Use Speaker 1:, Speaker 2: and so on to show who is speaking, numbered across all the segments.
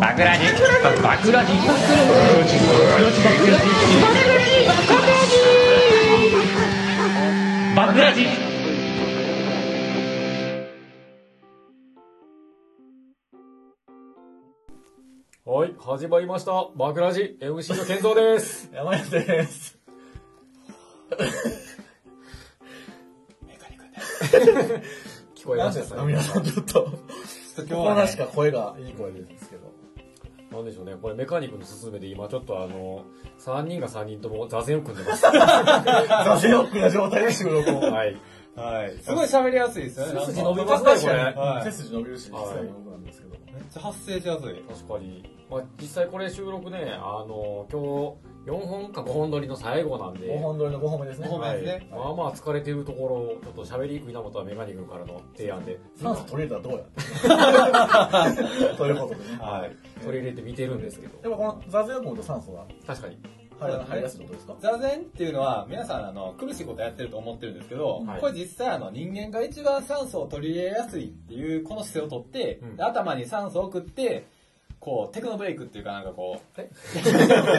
Speaker 1: バクラジバクラジバクラジ
Speaker 2: はい、始まりました。マクラジ MC の健三です。
Speaker 3: 山根です。
Speaker 2: 聞こえま
Speaker 3: 何
Speaker 2: し
Speaker 3: で
Speaker 2: た
Speaker 3: す
Speaker 2: か
Speaker 3: か皆さんちょっと。 今日は確か声がいい声ですけど。
Speaker 2: なんでしょうね。これメカニックの勧めで今ちょっとあの、3人が3人とも座禅を組んで ます。は。
Speaker 3: 座せよくな状態で収録を。はいい。
Speaker 4: すごい喋りやすいですよね。
Speaker 2: 背筋
Speaker 4: なんか
Speaker 2: 伸びますね、これ。
Speaker 4: はい
Speaker 3: 背筋伸びるし、実
Speaker 2: はい
Speaker 3: 際僕なんですけどもね
Speaker 4: め。っちゃ発生しやすい。
Speaker 2: 確かに。まあ実際これ収録ね、あの、今日4本か5本撮りの最後なんで。
Speaker 3: 5本撮りの5本目ですね。
Speaker 4: 五本目
Speaker 2: は
Speaker 4: で
Speaker 2: い
Speaker 4: すね
Speaker 2: まあまあ疲れてるところを、ちょっと喋りにくいなもとはメカニックからの提案で、
Speaker 3: 酸素取れたらどうやって。ということでね。
Speaker 4: はい。
Speaker 2: 取り入れて見てるんですけど。
Speaker 3: でもこの座禅を組むと酸素が
Speaker 2: 確かに。
Speaker 3: 入ら入りやすいってことですか
Speaker 4: 座禅っていうのは、皆さん、あの、苦しいことやってると思ってるんですけど、
Speaker 2: はい
Speaker 4: これ実際、あの、人間が一番酸素を取り入れやすいっていう、この姿勢をとって、
Speaker 2: うん
Speaker 4: で頭に酸素を送って、こう、テクノブレイクっていうかなんかこう、
Speaker 3: 違う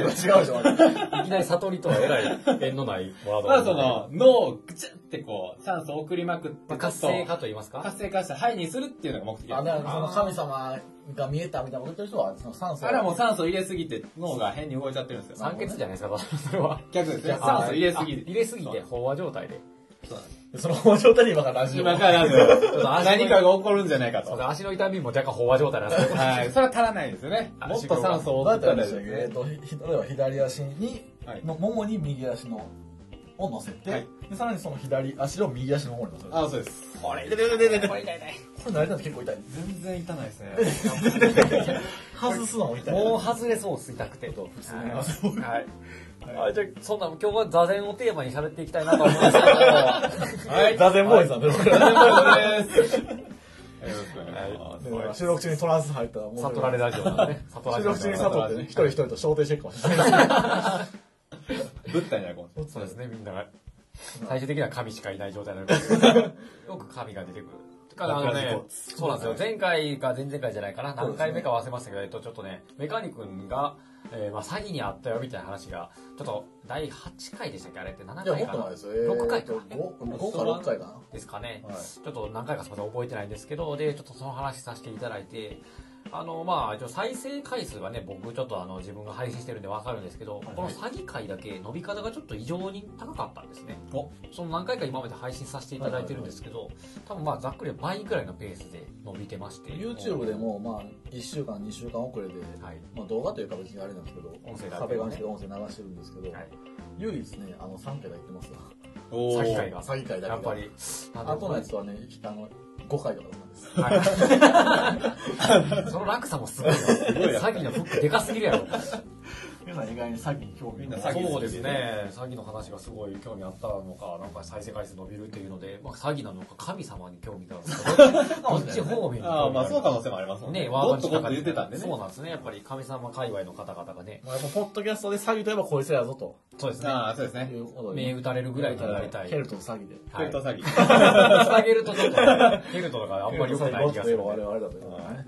Speaker 3: でしょあれ
Speaker 2: いきなり悟りとはえらい縁のないワード。
Speaker 4: まあその、脳をぐちゃってこう、酸素を送りまくって、
Speaker 2: まあ活性化と言います
Speaker 4: 活性化活性
Speaker 2: か
Speaker 4: 化した肺にするっていうのが目的
Speaker 3: あ、だから
Speaker 4: です。
Speaker 3: その神様が見えたみたいなこと言ってる人は、その酸素
Speaker 4: あれはもう酸素入れすぎて脳が変に動いちゃってるんですよ。
Speaker 2: 酸欠じゃないですか、それは。
Speaker 4: 逆ですね。酸素入れすぎ
Speaker 2: あ
Speaker 4: て。
Speaker 2: 入れすぎて、飽和状態で。
Speaker 4: そうなんです
Speaker 3: その状態で今からラジオ。
Speaker 4: 今からなんです
Speaker 2: ちょ
Speaker 4: よ
Speaker 2: っと足
Speaker 4: 何かが起こるんじゃないか
Speaker 2: そう
Speaker 4: と。
Speaker 2: か足の痛みも若干飽和状態なんですけど。
Speaker 4: はい。それは足らないですよね。
Speaker 2: あ
Speaker 4: もっと酸素を
Speaker 3: どう
Speaker 4: 送
Speaker 3: やっ
Speaker 4: ったたら
Speaker 3: らいい
Speaker 4: で
Speaker 3: ん
Speaker 4: す
Speaker 3: で
Speaker 4: よ
Speaker 3: したっけ
Speaker 4: ね
Speaker 3: えっ。と、ひ例えば左足に、
Speaker 4: はい
Speaker 3: のももに右足の、を乗せて、
Speaker 4: はい
Speaker 3: でさらにその左足を右足の方に乗せる。
Speaker 4: あ、そうです。
Speaker 3: これ、でででででこれ痛い痛い。これ慣れたら結構痛い。
Speaker 4: 全然痛ないですね。
Speaker 3: 外すのも痛い。
Speaker 2: もう外れそう、吸いたくて。と
Speaker 3: ね
Speaker 2: はい。はい。じゃあ、そんな、今日は座禅をテーマに喋っていきたいなと思うん ですけど。
Speaker 3: はい。座禅ボーイさんです。
Speaker 4: よろしくお願いします。
Speaker 3: で収録中にトランス入ったらもう。
Speaker 2: 悟られラジオなんでね。悟ら
Speaker 3: 収
Speaker 2: れラ
Speaker 3: 録
Speaker 2: ジオ
Speaker 3: 中に
Speaker 2: なんで。
Speaker 3: 悟ってね、一人一人と焦点してるかもしれない。
Speaker 4: ブッダになるかもしれ
Speaker 2: そうですね、みんなが。最終的には神しかいない状態になるんですけどよく神が出てくる。だからあのね、そうなんですよ。前回か前々回じゃないかな。何回目か忘れましたけど、えっと、ちょっとね、メカニ君が、えーまあ、詐欺にあったよみたいな話が、ちょっと、第8回でしたっけあれって7
Speaker 3: い
Speaker 2: 回
Speaker 3: や、もっ
Speaker 2: か
Speaker 3: と前
Speaker 2: な
Speaker 3: ですよ。えー
Speaker 2: 六回か
Speaker 3: と5、五か6回かな。
Speaker 2: ですかね。
Speaker 3: はい
Speaker 2: ちょっと何回かすみません、覚えてないんですけど、で、ちょっとその話させていただいて、あの、まあ、一応再生回数がね、僕ちょっとあの、自分が配信してるんでわかるんですけど、この詐欺回だけ伸び方がちょっと異常に高かったんですね。
Speaker 4: お
Speaker 2: その何回か今まで配信させていただいてるんですけど、多分まあ、ざっくり倍ぐらいのペースで伸びてまして。
Speaker 3: YouTube でも、まあ、1週間、2週間遅れで、
Speaker 2: はい。
Speaker 3: まあ、動画というか別にあれなんですけど、
Speaker 2: 音声だけ
Speaker 3: 壁紙で音声流してるんですけど、
Speaker 2: はい。
Speaker 3: 唯一ね、あの、3回だけ言ってますわ。
Speaker 4: ない。
Speaker 2: 詐欺回が。
Speaker 3: 詐欺回だけだ
Speaker 2: やっぱり。なんで
Speaker 3: あとのやつはね、あの、5回とかだったんです。
Speaker 2: はい。その落差もすごいな。
Speaker 4: ごいな
Speaker 2: 詐欺のフックでかすぎるやろ。
Speaker 3: 皆さん意外に詐欺に興味
Speaker 4: みんな詐欺
Speaker 2: そうですね。詐欺の話がすごい興味あったのか、なんか再生回数伸びるっていうので、まあ詐欺なのか神様に興味があるのか、どっち方面に興味が
Speaker 4: ああ、まあそう可能性
Speaker 2: も。
Speaker 4: もありますもん
Speaker 2: ね、
Speaker 4: ね。
Speaker 2: ワード
Speaker 4: も
Speaker 2: に
Speaker 4: っと
Speaker 2: 引
Speaker 4: も
Speaker 2: っ
Speaker 4: っと
Speaker 2: か
Speaker 4: 言ってたんでね。
Speaker 2: そうなんですね。やっぱり神様界隈の方々がね。
Speaker 3: まあ、やっぱポッドキャストで詐欺といえばこいつらやぞと。
Speaker 2: そうですね。
Speaker 4: ああ、そうですね。
Speaker 3: いうことで。
Speaker 2: 目打たれるぐらいになりたい。
Speaker 3: ケルトの詐欺で。
Speaker 4: ク
Speaker 2: は
Speaker 4: ル
Speaker 2: い。
Speaker 4: ト
Speaker 2: 下
Speaker 4: 詐欺。
Speaker 2: げるとちょっと、ケルトとかあんまり良くない気がす
Speaker 3: ケ
Speaker 2: る
Speaker 3: ルト。の詐欺といえば我々だということでね。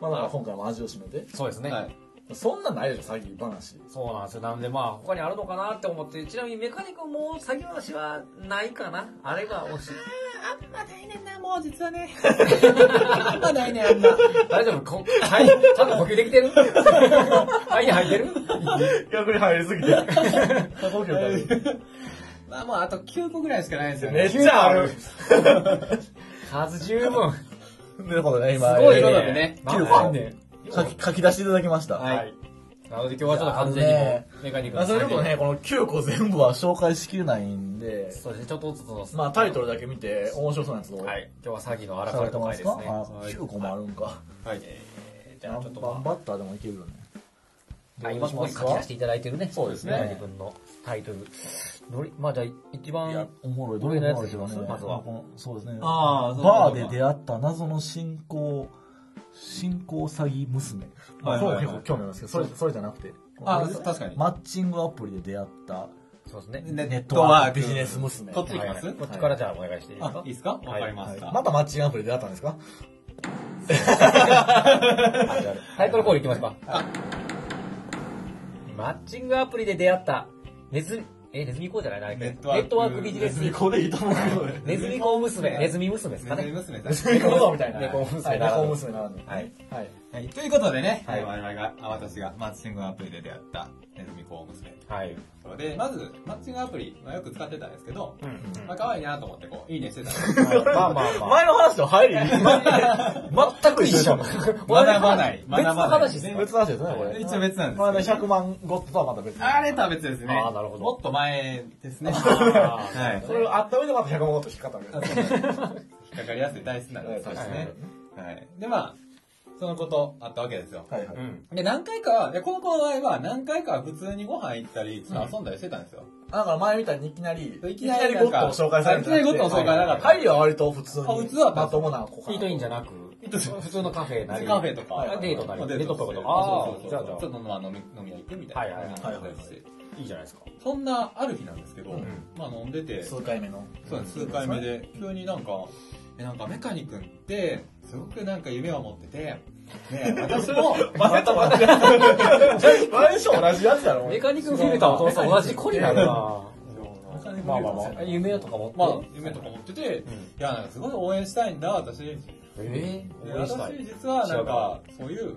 Speaker 3: まあだから今回も味を占めて。
Speaker 2: そうですね。
Speaker 4: はい。
Speaker 3: そんなんないでしょ、詐欺話。
Speaker 2: そうなんですよ。なんでまあ、他にあるのかなって思って、ちなみにメカニ君も詐欺話はないかなあれが惜しい。
Speaker 4: まだいねんな、もう実はね。まだいねん、あんな。
Speaker 2: 大丈夫こはい、ちゃんと呼吸できてる肺に入ってる
Speaker 3: 逆に入りすぎて。過呼吸大丈
Speaker 4: まあもうあと9個ぐらいしかないですよ
Speaker 3: 夫
Speaker 4: ね。
Speaker 3: めっちゃある。
Speaker 2: 数十分。
Speaker 3: ということで ね、今、
Speaker 2: すごい
Speaker 4: という
Speaker 2: ね。
Speaker 4: ことでね
Speaker 2: なんかあんねん。
Speaker 3: 書き書き出していただきました。
Speaker 2: はい。なので今日はちょっと完全にもうメカニック
Speaker 3: まあ、
Speaker 2: の
Speaker 3: それちょっとね、
Speaker 2: ね。
Speaker 3: この9個全部は紹介しきれないんで、
Speaker 2: そうですね、ちょっとずつの。
Speaker 3: まあタイトルだけ見て、面白そうなやつを
Speaker 2: はい。今日は詐欺の荒
Speaker 3: さ
Speaker 2: 川
Speaker 3: れて
Speaker 2: とか
Speaker 3: ま
Speaker 2: ですす
Speaker 3: か、
Speaker 2: ね。
Speaker 3: あ9個もあるんか。
Speaker 4: はい。
Speaker 2: えーじ
Speaker 3: バ
Speaker 2: ゃあちょっ
Speaker 3: ン
Speaker 2: と
Speaker 3: バン
Speaker 2: ま
Speaker 3: バッターでもいけるよね。
Speaker 2: あ、あ今ここに書き出していただいてるね。
Speaker 3: そうですね
Speaker 2: メカニ君のタイトル。どれまあじゃあ一
Speaker 3: いや
Speaker 2: 番、、
Speaker 3: おもろい。
Speaker 2: ど
Speaker 3: ど
Speaker 2: れ
Speaker 3: れ
Speaker 2: のや
Speaker 3: のや
Speaker 2: つ
Speaker 3: つ
Speaker 2: いき
Speaker 3: で
Speaker 2: ます
Speaker 3: すね。
Speaker 2: まずは
Speaker 3: このそうですね。
Speaker 4: ああそう
Speaker 3: バーで出会った謎の信仰、信仰詐欺娘。まあ、
Speaker 4: はいはいはい
Speaker 3: そう結構興味あるんですけど、それ、それじゃなくて。
Speaker 4: あ確かに
Speaker 3: マッチングアプリで出会った
Speaker 2: そうですね。
Speaker 4: ネ
Speaker 3: ネットワークビジネス娘。
Speaker 4: こっち行きます
Speaker 2: はいこっちからじゃあお願いしていいです
Speaker 4: あ
Speaker 2: か
Speaker 4: いいですか
Speaker 2: は
Speaker 4: わ
Speaker 2: い
Speaker 4: かりまし
Speaker 3: はい
Speaker 4: た。
Speaker 3: またマッチングアプリで出会ったんですか
Speaker 2: タイトルコールいきますか。マッチングアプリで出会った、ネズ、え、ネズミ子じゃないなあれ
Speaker 4: ネットワーク
Speaker 2: ネットワークビジネス。
Speaker 3: 別にこれいいと思うけどね。
Speaker 2: ネズミ子娘、ネズミ娘ですか
Speaker 4: ネズミ
Speaker 2: ね。
Speaker 4: 娘さん。
Speaker 5: 猫像みたいな。
Speaker 2: 猫娘
Speaker 5: はい猫娘なのに。
Speaker 2: はい。
Speaker 5: はい。
Speaker 4: はい、ということでね、
Speaker 2: はい
Speaker 4: 我々が、あ私がマッチングアプリで出会ったネズミ子娘という
Speaker 2: はい。
Speaker 4: ところで、まず、マッチングアプリ、まあ、よく使ってたんですけど、
Speaker 5: うん
Speaker 4: まあ、可愛いなと思って、こう、いいねしてたんですけど
Speaker 2: まあまあまあ。
Speaker 5: 前の話と入り全く一緒。
Speaker 4: 学ばない。
Speaker 2: 別の
Speaker 4: 学ばない。
Speaker 2: 話ですね。
Speaker 5: 別の話ですね、これ。
Speaker 4: 一応別なんです
Speaker 5: まあ
Speaker 4: よ
Speaker 5: ね、100万ゴッドとはまた別
Speaker 4: あれとは別ですね。
Speaker 2: あーなるほど
Speaker 4: もっと前ですね。
Speaker 2: あー。
Speaker 4: はい。
Speaker 5: それをあった上でまた100万ゴッド引っかかったわけですね。
Speaker 4: 引っかかりやすい体質なんです
Speaker 5: そう
Speaker 4: ね
Speaker 5: ですね。
Speaker 4: はい。で、まあ、そのことあったわけですよ。
Speaker 5: はいはいう
Speaker 2: ん。
Speaker 4: で、何回かは、いやこの子の場合は何回かは普通にご飯行ったり、ちょっと遊んだりしてたんですよ。
Speaker 5: だから前みたいにいきなり、
Speaker 4: いきなり
Speaker 5: ゴッドを紹介されるんじゃなくて。
Speaker 4: いきなりゴッドを紹介なかった
Speaker 5: 入りは割と普通に。
Speaker 4: あ普通は
Speaker 5: まともな子かな
Speaker 2: ヒートインじゃなく、普通のカフェなり。
Speaker 4: カフェとか、
Speaker 5: はい
Speaker 2: デートなり、デートとかとか。
Speaker 4: あ
Speaker 2: あ
Speaker 4: あ
Speaker 2: あ、
Speaker 4: ー、
Speaker 2: じ
Speaker 4: じゃ
Speaker 2: ゃあ
Speaker 4: あ、ちょっ
Speaker 2: じ
Speaker 4: とまあ飲み飲み屋行くみたいな。
Speaker 2: はいはい
Speaker 5: はいはい
Speaker 2: ゃあ、いいじゃないですか。
Speaker 4: そんなある日なんですけど、
Speaker 5: うん
Speaker 4: まあ飲んでて、そ
Speaker 5: 数回目 の。
Speaker 4: うなんです数回目で、急になんか、え、なんかメカニ君って、すごくなんか夢を持ってて、ね、私も、
Speaker 5: またまた。前と同じやつだろ。
Speaker 2: メカニックフィルターを通すと同じ子になるなまあまあまあ、夢とか持って。
Speaker 4: まあ、夢とか持ってて、いや、なんかすごい応援したいんだ、私。で
Speaker 2: ええ応援した
Speaker 4: 私
Speaker 2: い。
Speaker 4: 実はなんか、そういう、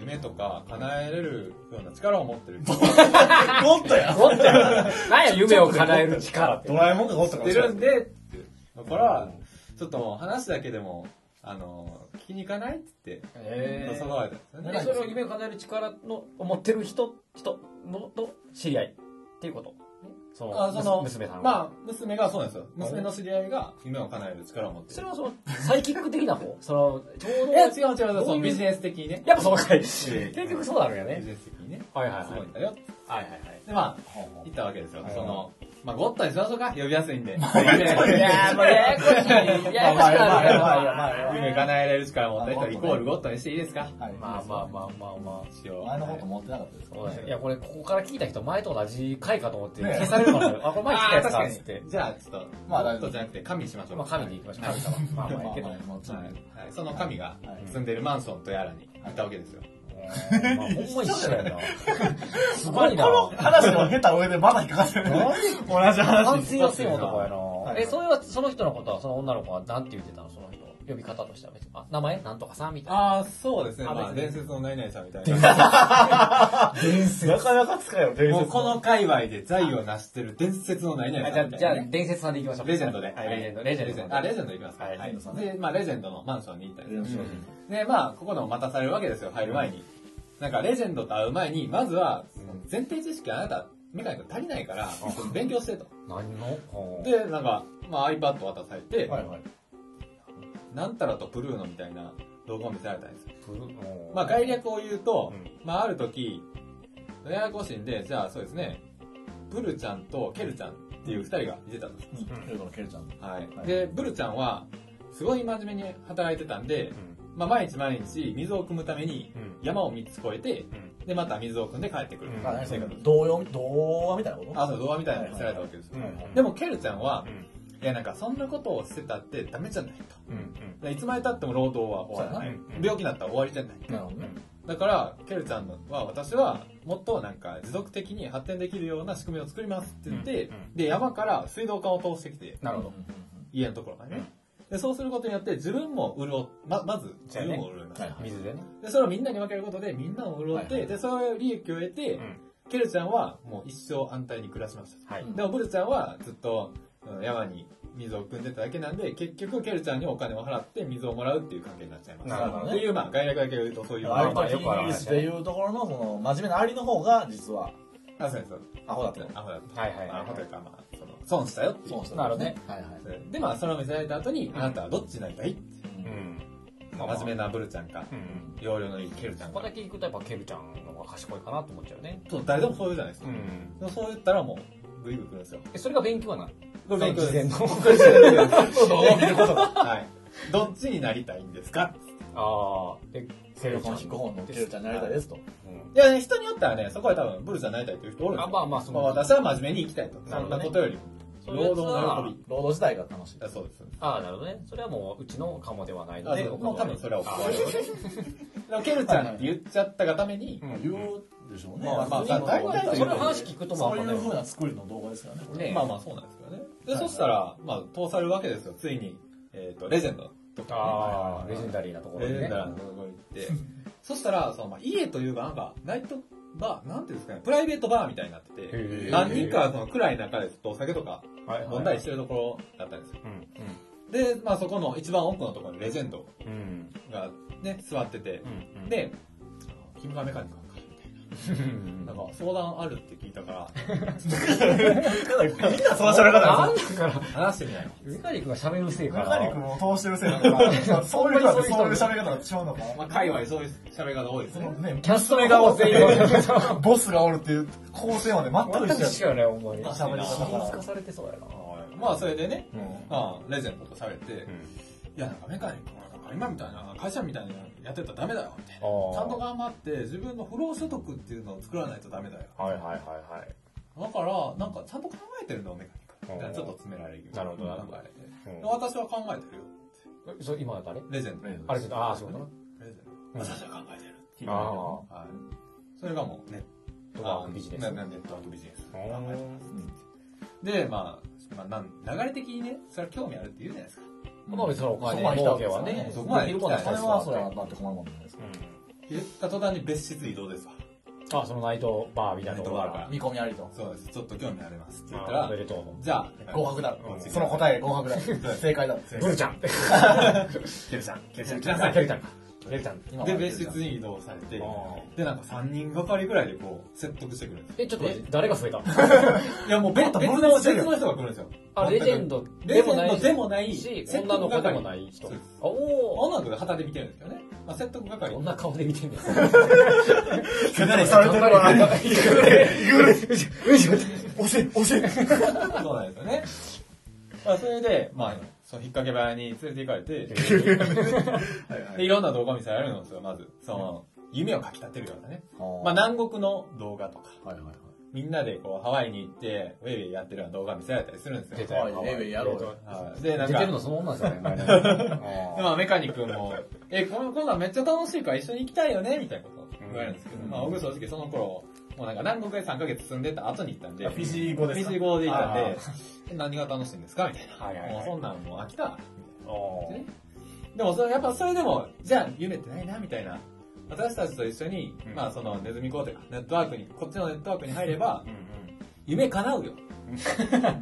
Speaker 4: 夢とか叶えれるような力を持ってる。知
Speaker 5: ゴッドや。
Speaker 2: 持ってるなんや、夢を叶える力って
Speaker 5: ド。ラえもんがゴッドか
Speaker 4: っ
Speaker 5: も
Speaker 4: て
Speaker 5: しれな
Speaker 4: る
Speaker 5: い
Speaker 4: んで、ってだから、ちょっともう話だけでも、あの、聞きに行かないって言って、誘われたんですよ
Speaker 2: でそれを
Speaker 4: ね。
Speaker 2: 夢を叶える力の、持ってる人、人の、と知り合い。っていうこと。そ
Speaker 4: あその
Speaker 2: の、娘さんは。
Speaker 4: まあ、娘がそうなんですよ。娘の知り合いが夢を叶える力を持って
Speaker 2: そ
Speaker 4: る
Speaker 2: れ。はその、サイキック的な方 その、ちょうど、
Speaker 4: いや、違う違う、そのビジネス的にね。
Speaker 2: やっぱその回。
Speaker 4: え
Speaker 2: 結局そうなるよ
Speaker 4: ビ
Speaker 2: ね。
Speaker 4: ジネス的にね。
Speaker 2: はいはい
Speaker 4: すご
Speaker 2: はい
Speaker 4: んだよ。
Speaker 2: はいはいはい。
Speaker 4: で、まあ、行ったわけですよ。その、まあ、ゴッドにしましょうか。呼びやすいんで。い
Speaker 5: まあまあまあま
Speaker 4: や
Speaker 2: まあ、ややこしい。ややこしくなるけど
Speaker 5: あまあ
Speaker 4: 夢叶えられる力持った人イコールゴッドにしていいですか
Speaker 5: はい
Speaker 2: まあまあまあまあま
Speaker 4: 一応。
Speaker 5: 前のこと持ってなかったですか
Speaker 2: あ。いや、これ、ここから聞いた人、前と同じ回かと思って、消されるかもしれない。あ、これ前聞いた
Speaker 4: あー
Speaker 2: やつ
Speaker 4: 確
Speaker 2: か
Speaker 4: か
Speaker 2: っつって
Speaker 4: に。。じゃあ、ちょっと、
Speaker 5: ま
Speaker 4: ま
Speaker 5: あ
Speaker 4: あ、
Speaker 5: 大丈夫
Speaker 4: ゴッドじゃなくて神にしましょう
Speaker 2: まあ、神に行きましょう。神様。まあ まあ、いいけど。
Speaker 5: まあまあもちろん
Speaker 4: はいはいその神が住んでるマンションとやらにいたわけですよ。
Speaker 2: まあ、ほんま 一緒やな。すごいな
Speaker 5: こ。の話も下手上でまだ引っかかってる。同じ
Speaker 2: 反
Speaker 5: 話。
Speaker 2: 省やすい男や
Speaker 5: は。
Speaker 2: ないえ、それは、その人のことは、その女の子は何て言ってたのその人は。呼び方としては別に。あ、名前なんとかさんみたいな。
Speaker 4: ああ、そうですね。
Speaker 2: あ
Speaker 4: まあ、
Speaker 2: 別
Speaker 4: 伝
Speaker 2: に
Speaker 4: 説のナイナイさんみた いな。
Speaker 5: なかなか使えよ、伝
Speaker 4: もう
Speaker 5: 説。
Speaker 4: この界隈で財を成してる伝説のナイナイ
Speaker 2: あじ
Speaker 4: さん
Speaker 2: ゃあ、
Speaker 4: みたい
Speaker 2: じ
Speaker 4: な
Speaker 2: ゃあ
Speaker 4: ね、
Speaker 2: 伝説さんでいきましょう。
Speaker 4: レジェンドで。
Speaker 2: はいレジェンド、レジェンドさん。
Speaker 4: あ、レジェンドいきますか。
Speaker 5: はいレジェンドさん
Speaker 4: で、まあ、レジェンドのマンションに行ったんですよ
Speaker 5: 伝説
Speaker 4: で、まあ、ここでも待たされるわけですよ、入る前に。なんか、レジェンドと会う前に、まずは、前提知識あなた、メカニック足りないから、勉強してと。
Speaker 2: 何のほう
Speaker 4: で、なんか、まあ、iPad 渡されて、
Speaker 5: はいはい。
Speaker 4: なんたらとプルーノみたいな動画を見せられたんですよ。
Speaker 2: プルもう
Speaker 4: まあ、概略を言うと、
Speaker 2: う
Speaker 4: まあ、ある時、ややこしいんで、じゃあ、そうですね、ブルちゃんとケルちゃんっていう二人がいてたんです。
Speaker 5: ケルのケルちゃん。
Speaker 4: はい
Speaker 5: はい。
Speaker 4: で、ブルちゃんは、すごい真面目に働いてたんで、まあ、毎日毎日水を汲むために
Speaker 2: うんうん
Speaker 4: 山を3つ越えて、で、また水を汲んで帰ってくる。
Speaker 2: うん
Speaker 5: あ、何それ
Speaker 4: 生活です。
Speaker 5: 童謡、童話みたいなこと
Speaker 4: あ、そう、童話みたいなの見せられたわけですよ。
Speaker 2: うん
Speaker 4: でも、ケルちゃんは
Speaker 2: う、ん
Speaker 4: いや、なんか、そんなことをしてたってダメじゃないと。
Speaker 2: うんうん
Speaker 4: でいつまで経っても労働は終わらない。
Speaker 2: そうやなうん
Speaker 4: 病気になったら終わりじゃない。
Speaker 5: なるほどね。
Speaker 4: だから、ケルちゃんのは、私は、もっとなんか、持続的に発展できるような仕組みを作りますって言って、
Speaker 2: うんうん
Speaker 4: で、山から水道管を通してきて、
Speaker 2: なるほど。
Speaker 4: 家のところまでね。で、そうすることによって、自分も潤う、ま、まず、自分も潤います。
Speaker 5: はいはい。
Speaker 2: 水でね。
Speaker 4: で、それをみんなに分けることで、みんなを潤って、
Speaker 5: はいはい
Speaker 4: で、それを利益を得て、
Speaker 2: ん
Speaker 4: ケルちゃんはもう一生安泰に暮らしました。
Speaker 2: はい
Speaker 5: うん
Speaker 4: でもブルちゃんはずっとうん山に水を汲んでただけなんで、結局ケルちゃんにお金を払って水をもらうっていう関係になっちゃいまし
Speaker 2: な
Speaker 4: た。
Speaker 2: る
Speaker 5: ほど
Speaker 4: っ
Speaker 5: ね
Speaker 4: ていう、まあ、概略だけ言うとそういう。
Speaker 5: あ
Speaker 2: ま
Speaker 5: の
Speaker 2: まあよ
Speaker 5: 時
Speaker 2: くある
Speaker 5: イギリスでいうところの、その、真面目なアリの方が、実は、
Speaker 4: あ、そうですそうです。
Speaker 5: アホだった。
Speaker 4: アホだっ
Speaker 2: はいはい
Speaker 4: た。
Speaker 2: は
Speaker 4: アホという
Speaker 2: い。
Speaker 4: か、まあ、その、損したよっていう
Speaker 5: 損。した
Speaker 2: なるほどね。
Speaker 5: はいはい。
Speaker 4: で、まあ、それを見せられた後に、
Speaker 2: ん
Speaker 4: あなたはどっちになりたいって
Speaker 2: うん。
Speaker 4: 真面目なブルちゃんか、
Speaker 2: うん。
Speaker 4: 容量のいいケルちゃん
Speaker 2: ここ
Speaker 4: か
Speaker 2: だ。け行くとやっぱケルちゃんの方が賢いかなと思っちゃうね。
Speaker 4: そう誰でもそう言うじゃないですか。
Speaker 2: ん。
Speaker 4: でもそう言ったらもう、グイグイ来るんですよ。
Speaker 2: え、それが勉強はなの
Speaker 4: これ勉強です。
Speaker 2: の。
Speaker 4: はい。どっちになりたいんですか
Speaker 2: ああ。で、
Speaker 5: セルコン引く方のケルちゃんになりたいですと。
Speaker 2: うん。
Speaker 4: いやね、人によってはね、そこは多分、ブルちゃんになりたいという人おるんです
Speaker 2: あ、
Speaker 4: よ
Speaker 2: まあまあ、そ
Speaker 4: まあ
Speaker 2: の、
Speaker 4: 私は真面目に生きたいと。
Speaker 2: な
Speaker 4: そ
Speaker 2: る
Speaker 4: んな
Speaker 2: ほどね
Speaker 4: ことよりも。
Speaker 2: それ
Speaker 5: 労働
Speaker 2: は
Speaker 5: の喜び。労働自体が楽しい。
Speaker 4: あそうです。
Speaker 2: ああ、なるほどね。それはもう、うちのカモではないの
Speaker 4: あ、
Speaker 2: で、
Speaker 4: そうもう多分それはおか
Speaker 2: あ
Speaker 4: しい。でもケルちゃんって言っちゃったがために、
Speaker 2: うん
Speaker 5: 言うでしょうね。
Speaker 4: まあまあ
Speaker 5: そういうの
Speaker 4: 大体
Speaker 2: それの話聞くとも
Speaker 5: そう
Speaker 2: あ
Speaker 5: い
Speaker 2: ん
Speaker 5: う
Speaker 2: まね
Speaker 5: 風な作りの動画ですからね。
Speaker 2: ね
Speaker 4: まあまあそうなんですけどね。で、
Speaker 5: はい
Speaker 4: そしたら、まあ、通されるわけですよ。ついに、えっ、と、レジェンドとか、
Speaker 2: ああ、レジェンダリーなところ
Speaker 4: レジ
Speaker 2: で
Speaker 4: ェン
Speaker 2: ね
Speaker 4: ド。のところに行 って、そしたら、その、まあ、家というか、なんか、ナイトバー、なんていうんですかね、プライベートバーみたいになってて、
Speaker 2: へー
Speaker 4: 何人か、その、暗い中でずっとお酒とか
Speaker 2: はいはい
Speaker 4: 飲んだりしてるところだったんですよ。
Speaker 2: うん。
Speaker 4: で、まあ、そこの一番奥のところにレジェンド
Speaker 2: うん。うん。
Speaker 4: がね、座ってて、
Speaker 2: うん。
Speaker 4: で、キムカメカニカンか、
Speaker 2: うん、
Speaker 4: な
Speaker 2: なんん
Speaker 4: か、相談あるって聞いた から、
Speaker 5: みんなそうしゃべらない
Speaker 2: だから、
Speaker 4: 話してみないの
Speaker 2: メカニックが喋るせいか
Speaker 5: 中
Speaker 2: ら
Speaker 5: に。君を通してるせいだから、そういう人ってそういう喋り方になってしまうのか。
Speaker 4: まあ、界隈そういう喋り方多いです
Speaker 5: その
Speaker 4: ね。
Speaker 5: ね、
Speaker 2: キャストの顔全員。
Speaker 5: ボスがおるっていう構成まで全く
Speaker 2: 全
Speaker 5: 一
Speaker 2: く
Speaker 5: 緒やった。
Speaker 2: 違うね、ほんまに。
Speaker 5: 喋り方から
Speaker 2: シリーズ化されてそうやな。
Speaker 4: まあ、それでね、
Speaker 2: うん。
Speaker 4: まあ、レジェンドと喋って、いや、なんかメカニックもなんか今みたいな、会社みたいなのやってたらダメだよ、みたいな。ちゃんと頑張って、自分の不労所得っていうのを作らないとダメだよ。
Speaker 2: はいはいはいはい。
Speaker 4: だから、なんかちゃんと考えてるの、メカニック。みたいなちょっと詰められるよう
Speaker 2: なるほどなるほど
Speaker 4: 考えて
Speaker 2: うん
Speaker 4: で私は考えてるよ。
Speaker 2: えそれ今は誰
Speaker 4: レジェンド。レジェンド。
Speaker 2: あれちょっと、ああ、そうだな。うん
Speaker 4: 私は考えてる。
Speaker 2: あ
Speaker 4: はい。それがもう、ネッ
Speaker 2: あ。と
Speaker 4: ト
Speaker 2: はビジネス。
Speaker 4: ネットワークビジネス。考
Speaker 2: あ
Speaker 4: えて
Speaker 2: ー
Speaker 4: ますで、まあ、まあ、なん流れ的にね、それは興味あるって言うじゃないですか。
Speaker 2: まあ別にお金
Speaker 5: そこまで
Speaker 2: 儲けはね、
Speaker 5: そ
Speaker 4: こまで
Speaker 2: できるもんだ
Speaker 5: そ
Speaker 2: か
Speaker 5: れ
Speaker 2: ら
Speaker 5: はそれはだって困るもんなんです
Speaker 4: 言った途端に別室移動ですわ。
Speaker 2: あ、そのナイトバーみたいなとこ
Speaker 4: ナ
Speaker 2: ろ
Speaker 4: イトバー
Speaker 2: か
Speaker 5: 見込みありと。
Speaker 4: そうです。ちょっと興味あります。って言った
Speaker 2: ら。あ
Speaker 4: ら
Speaker 2: おめ、でとう。
Speaker 4: じゃあ、
Speaker 5: 合格だろ
Speaker 4: うん。
Speaker 5: その答え合格だろ。正解だろ。
Speaker 2: ブルちゃん。
Speaker 4: ケルちゃん、ケルちゃん、来なさ
Speaker 2: あ
Speaker 4: い。
Speaker 2: ケルちゃんか。ケルちゃん。
Speaker 5: 今
Speaker 4: で、別室に移動されて
Speaker 2: あー、
Speaker 4: で、なんか3人がかりぐらいでこう、説得してくるんですよ。
Speaker 2: え、ちょっと待って、誰が増えた
Speaker 4: いや、もう別別
Speaker 5: もっ
Speaker 4: の、
Speaker 5: と分
Speaker 4: 別
Speaker 5: 裂してる
Speaker 4: の人が来るんですよ。
Speaker 2: あ、レジェンド
Speaker 4: レ
Speaker 2: で
Speaker 4: ジェ
Speaker 2: も
Speaker 4: ン
Speaker 2: な
Speaker 4: ド
Speaker 2: い。
Speaker 4: でもない
Speaker 2: し、女の子でもない
Speaker 4: 説得係そ
Speaker 2: 人。あ
Speaker 4: うです
Speaker 2: おー。
Speaker 4: 女の子で旗で見てるんですけどね。まあ、説得係。
Speaker 2: どんな顔で見てんですか
Speaker 5: かなりされてるわ。押せ、押せ。
Speaker 4: そうなんですよね。まあ、それで、まあ、その引っ掛け早に連れて行かれて、で、いろんな動画を見せられるんですよ、まず。その、夢をかき立てるようなね。まあ、南国の動画とか、
Speaker 5: はいはいはい。
Speaker 4: みんなでこう、ハワイに行って、ウェイウェイやってるような動画見せられたりするんですよ。
Speaker 2: 出たよ
Speaker 5: 可愛いねやろうよ
Speaker 4: はいで、なん
Speaker 2: 出
Speaker 4: か、
Speaker 2: てるのその女ですよね、前ね
Speaker 4: でまあ、メカニ君も、え、このコーナーめっちゃ楽しいから一緒に行きたいよねみたいなことを言われるんですけど、まあ、僕正直その頃、もうなんか南国へ3ヶ月住んでた後に行ったんで、
Speaker 5: フィジー語です
Speaker 4: フ
Speaker 5: か
Speaker 4: ィジー語で行ったんで、 え何が楽しいんですかみたいな。
Speaker 2: はいはいはい
Speaker 4: もうそんなんもう飽きた。
Speaker 2: おー
Speaker 4: ねでもそれ、やっぱそれでも、じゃあ夢ってないな、みたいな。私たちと一緒に、
Speaker 2: うん
Speaker 4: まあそのネズミ講とか、ネットワークに、こっちのネットワークに入れば
Speaker 2: う、んうん
Speaker 4: 夢叶う よ。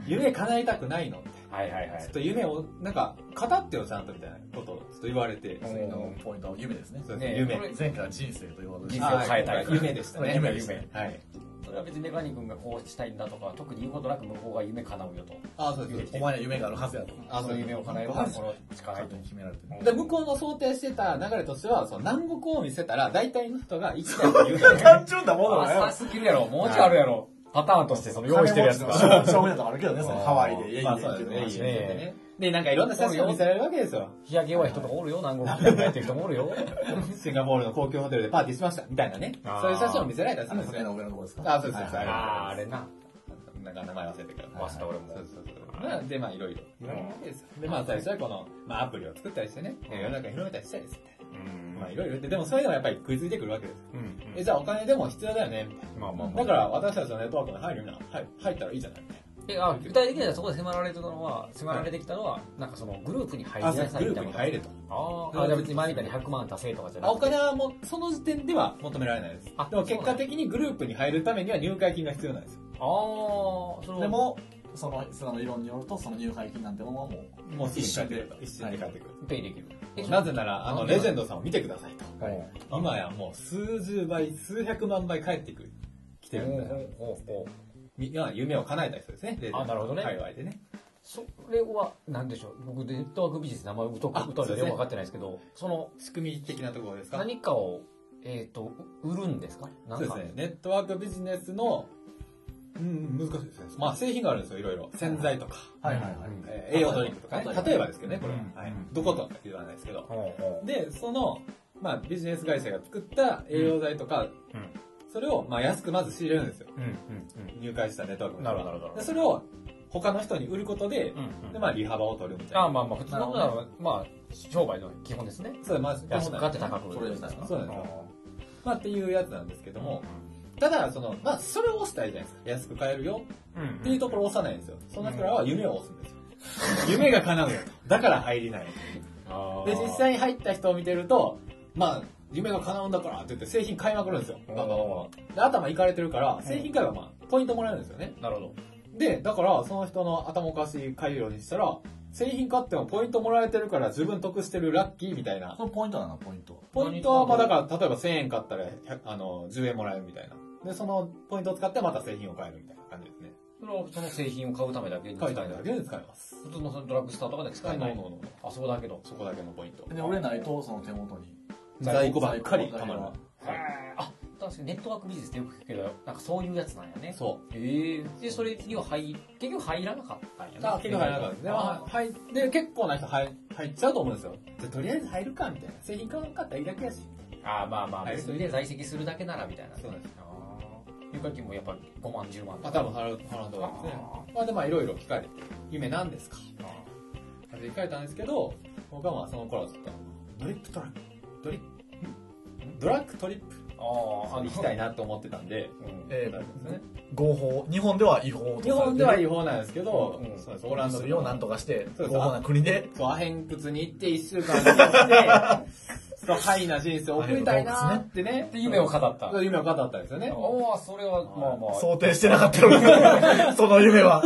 Speaker 4: 夢叶えたくないのみたいな
Speaker 2: はいはいは
Speaker 4: ちょっ
Speaker 2: い。
Speaker 4: と夢を、なんか、語ってよ、ちゃんとみたいなことをちょっと言われて、
Speaker 5: 次のポイントは夢ですね。
Speaker 4: そうですね夢。
Speaker 5: 前回は人生ということで。
Speaker 2: 人生を変えたい
Speaker 4: 夢でしたね。
Speaker 5: 夢ですね
Speaker 4: はい。
Speaker 2: それは別にメカニ君がこうしたいんだとか、特に言うことなく向こうが夢叶うよと。
Speaker 4: あそうです。
Speaker 5: お前には夢があるはずやと。
Speaker 4: あ
Speaker 2: その夢を叶える
Speaker 4: あ
Speaker 2: この力
Speaker 5: 勝
Speaker 2: と
Speaker 5: 手。に決められてる。
Speaker 4: で、向こうの想定してた流れとしては、その南国を見せたら、大体の人が行きたいって言う から、
Speaker 5: 単純なものだ
Speaker 2: 浅
Speaker 5: よ。
Speaker 2: すぎるやろ。もうちょいあるやろ。パターンとしてその用意してるやつが。
Speaker 5: が。証明とかあるけどね、そのハワイで、家
Speaker 4: まあ
Speaker 5: に
Speaker 4: そう
Speaker 5: 行
Speaker 4: で
Speaker 5: く
Speaker 4: すね、いいです
Speaker 5: と
Speaker 4: ね。で、なんかいろんな写真を見せられるわけですよ。
Speaker 2: 日焼け弱い人とかおるよ、南国みたいってる人もおるよ。
Speaker 4: シンガポールの公共ホテルでパーティーしました、みたいなね。
Speaker 2: あー
Speaker 4: そういう写真を見せられたりす
Speaker 5: あ
Speaker 4: る
Speaker 5: の、
Speaker 4: んです
Speaker 5: 船
Speaker 4: よ。
Speaker 5: の上のとこですか
Speaker 4: あ、そうです、そうです。
Speaker 2: ああ、あ
Speaker 4: れ
Speaker 2: れな。
Speaker 4: なんか名前忘れてから。
Speaker 2: 忘れた俺も
Speaker 4: そうそうそう。まあで、まあいろいろ。いろいろわけですよ。で、まあ最初はこの、まあアプリを作ったりしてね、世の中に広めたりしたいです。
Speaker 2: うん
Speaker 4: まあいろいろ言って、でもそういうのはやっぱり食いついてくるわけです。
Speaker 2: うん
Speaker 4: え、じゃあお金でも必要だよね、みたいな。
Speaker 2: まあまあま
Speaker 4: だから私たちのネットワークに入るな、はい、入ったらいいじゃないみたい
Speaker 2: あ。え、あ、具体的にはそこで迫られてたのは、迫られてきたのは、なんかそのグループに入り
Speaker 4: な。
Speaker 2: なさい
Speaker 4: グル
Speaker 2: みた
Speaker 4: ープに
Speaker 2: いなこと。
Speaker 4: 入れと。
Speaker 2: あーあ、じゃあ別に前みたいに100万達成とかじゃな
Speaker 4: あ
Speaker 2: く
Speaker 4: お
Speaker 2: て。
Speaker 4: 金はもう、その時点では求められないです。
Speaker 2: あ
Speaker 4: でも結果的にグループに入るためには入会金が必要なんですよ。
Speaker 2: ああ、それ
Speaker 5: で、も、その、その理論によると、その入会金なんてものはもう、
Speaker 4: もうすぐ
Speaker 5: 一瞬で
Speaker 4: 帰ってくる。一瞬で帰ってくる。
Speaker 2: ペイできる。え
Speaker 4: なぜなら、あの、レジェンドさんを見てくださいと。
Speaker 5: はい
Speaker 4: 今やもう数十倍、数百万倍返ってくる。来てるんだよ。
Speaker 2: ほうほうほうほう
Speaker 4: みまあ夢を叶えた人ですね。レジェンド
Speaker 2: あなるほどね
Speaker 4: 界隈でね。
Speaker 2: それは、なんでしょう。僕、ネットワークビジネス名前疎
Speaker 4: あ
Speaker 2: く、
Speaker 4: そ
Speaker 2: 疎い
Speaker 4: う
Speaker 2: の
Speaker 4: です
Speaker 2: で
Speaker 4: ね
Speaker 2: よく分かってないですけど、その、
Speaker 4: 仕組み的なところですか
Speaker 2: 何かを、えっと、う売るんですかな
Speaker 4: そうんで
Speaker 2: か
Speaker 4: すね。ネットワークビジネスの、うん、難しいですね。まあ製品があるんですよ、いろいろ。洗剤とか、
Speaker 5: はいはいはい。
Speaker 4: えー栄養ドリンクとかね
Speaker 5: 例えば
Speaker 4: 例えばですけどね、これは。
Speaker 2: うん
Speaker 4: はい
Speaker 2: うん
Speaker 4: どことは言わないですけど。
Speaker 2: ほうほ
Speaker 4: で、その、まあビジネス会社が作った栄養剤とか、
Speaker 2: うん
Speaker 4: それをまあ安くまず仕入れるんですよ。
Speaker 2: う。うん、うん、うん。
Speaker 4: 入会したネットワークの人が
Speaker 2: なるほどなるほど
Speaker 4: でそれを他の人に売ることで、で、まあ、利幅を取るみたい
Speaker 2: あ
Speaker 4: な。
Speaker 2: まあまあ、普通のなら、まあ、商売の基本ですね。
Speaker 4: そう、まず、
Speaker 2: 安く買って高く
Speaker 5: そ
Speaker 2: 売
Speaker 5: れ
Speaker 2: る
Speaker 5: み。たいな。
Speaker 4: そうなんですよ。まあ、っていうやつなんですけども、ただ、その、まあ、それを押したらいいじゃないですか。安く買えるよ
Speaker 2: うん
Speaker 4: っていうところを押さないんですよ。そんな人らは夢を押すん ですよ。夢が叶うよ。だから入りない。で、実際に入った人を見てると、まあ、夢が叶うんだからって言って製品買いまくるんですよ。バンバンバンバン。で、頭いかれてるから、製品買えばまあ、ポイントもらえるんですよね。
Speaker 2: なるほど。
Speaker 4: で、だから、その人の頭おかしい回路にしたら、製品買ってもポイントもらえてるから自分得してるラッキーみたいな
Speaker 3: こ。れポイントなの、ポイント。
Speaker 4: ポイントは、まあだから、例えば1000円買ったら、100あの、10円もらえるみたいな。で、そのポイントを使ってまた製品を買えるみたいな感じですね。
Speaker 2: それはその製品を買うためだけに使
Speaker 4: 書い
Speaker 2: え
Speaker 4: た
Speaker 2: ない
Speaker 4: んだ。けで使えます。
Speaker 2: 普通のそのドラッグストアとかで使えない。
Speaker 4: の
Speaker 2: あそこだけど。
Speaker 4: そこだけのポイント。
Speaker 3: で、俺ないと、その手元に。
Speaker 4: 在庫ばっかりたまる。
Speaker 2: あ、確かにネットワークビジネスってよく聞くけど、なんかそういうやつなんやね。
Speaker 4: そう。
Speaker 2: へえ。で、それには入、結局入らなかったんや
Speaker 4: あ、結構入らなかったですね。まあ、はい。で、結構な人入入っちゃうと思うんですよ。じゃ、とりあえず入るか、みたいな。製品買わなかったらいいだけやし。
Speaker 2: あーまあまあ、
Speaker 4: はい
Speaker 2: 別にね、在籍するだけならみたいな。
Speaker 4: そうなんです
Speaker 2: あー入会金もやっぱ5万、10万
Speaker 4: まあ、
Speaker 2: とか。
Speaker 4: 多分払う、払うと思うんですね。まあ、で、まあ、いろいろ聞かれて、夢なんですかって聞かれたんですけど、僕はまあ、その頃はちょっと、ドリップトラック、ドリップ、んドラッグトリップ
Speaker 2: あー、あ
Speaker 4: に行
Speaker 2: の
Speaker 4: きたいなと思ってたんで、
Speaker 2: うん
Speaker 3: え
Speaker 4: なんですね
Speaker 3: 合法。日本では違法と
Speaker 4: 日本では
Speaker 3: 違
Speaker 4: 違法なんですけど、
Speaker 2: うん
Speaker 4: そうです
Speaker 3: 法。
Speaker 4: オランダ
Speaker 3: す
Speaker 4: と
Speaker 3: るようなん
Speaker 4: か。
Speaker 3: とかして、
Speaker 4: そうで
Speaker 3: 合
Speaker 4: す
Speaker 3: 法な国で。
Speaker 4: そう、アヘン窟に行って1週間過ご して、そう、ハイな人生を送りたいなってね。
Speaker 2: で、夢を語った。
Speaker 4: そう夢を語ったんですよね。
Speaker 2: おおそれは、まあまあ。
Speaker 3: 想定してなかったの にその 夢は。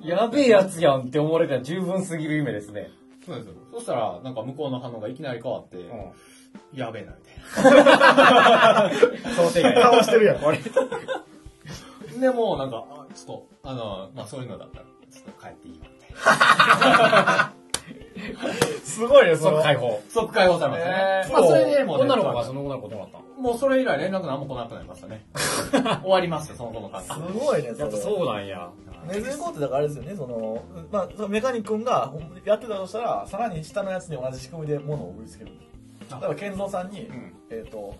Speaker 2: やべえやつやんって思われたら十分すぎる夢ですね。
Speaker 4: そうですよ。そしたら、なんか向こうの反応がいきなり変わって、
Speaker 2: う
Speaker 4: やべえな、みたい
Speaker 2: ん。想定外。
Speaker 3: 顔してるやん。
Speaker 4: な。で、もうなんか、あちょっと、あの、まあそういうのだったら、ちょっと帰っていいよ、みたいな。
Speaker 3: すごいよ、そ
Speaker 2: 即
Speaker 3: の。
Speaker 2: 解放。
Speaker 4: 即解放されましたね。
Speaker 2: えー
Speaker 4: まあそれでもうね、
Speaker 2: 女の子がその女の子どうなったの
Speaker 4: もうそれ以来連絡何も来なくなりました ね。終わりました、その後の関係。
Speaker 3: すごいね、それ。
Speaker 2: そうなんや。
Speaker 3: ネズミコってだからあれですよね、その、まあ、そのメカニック君がやってたとしたら、さらに下のやつに同じ仕組みで物を売りつける。だから、健三さんに、
Speaker 2: ん
Speaker 3: えっ、と、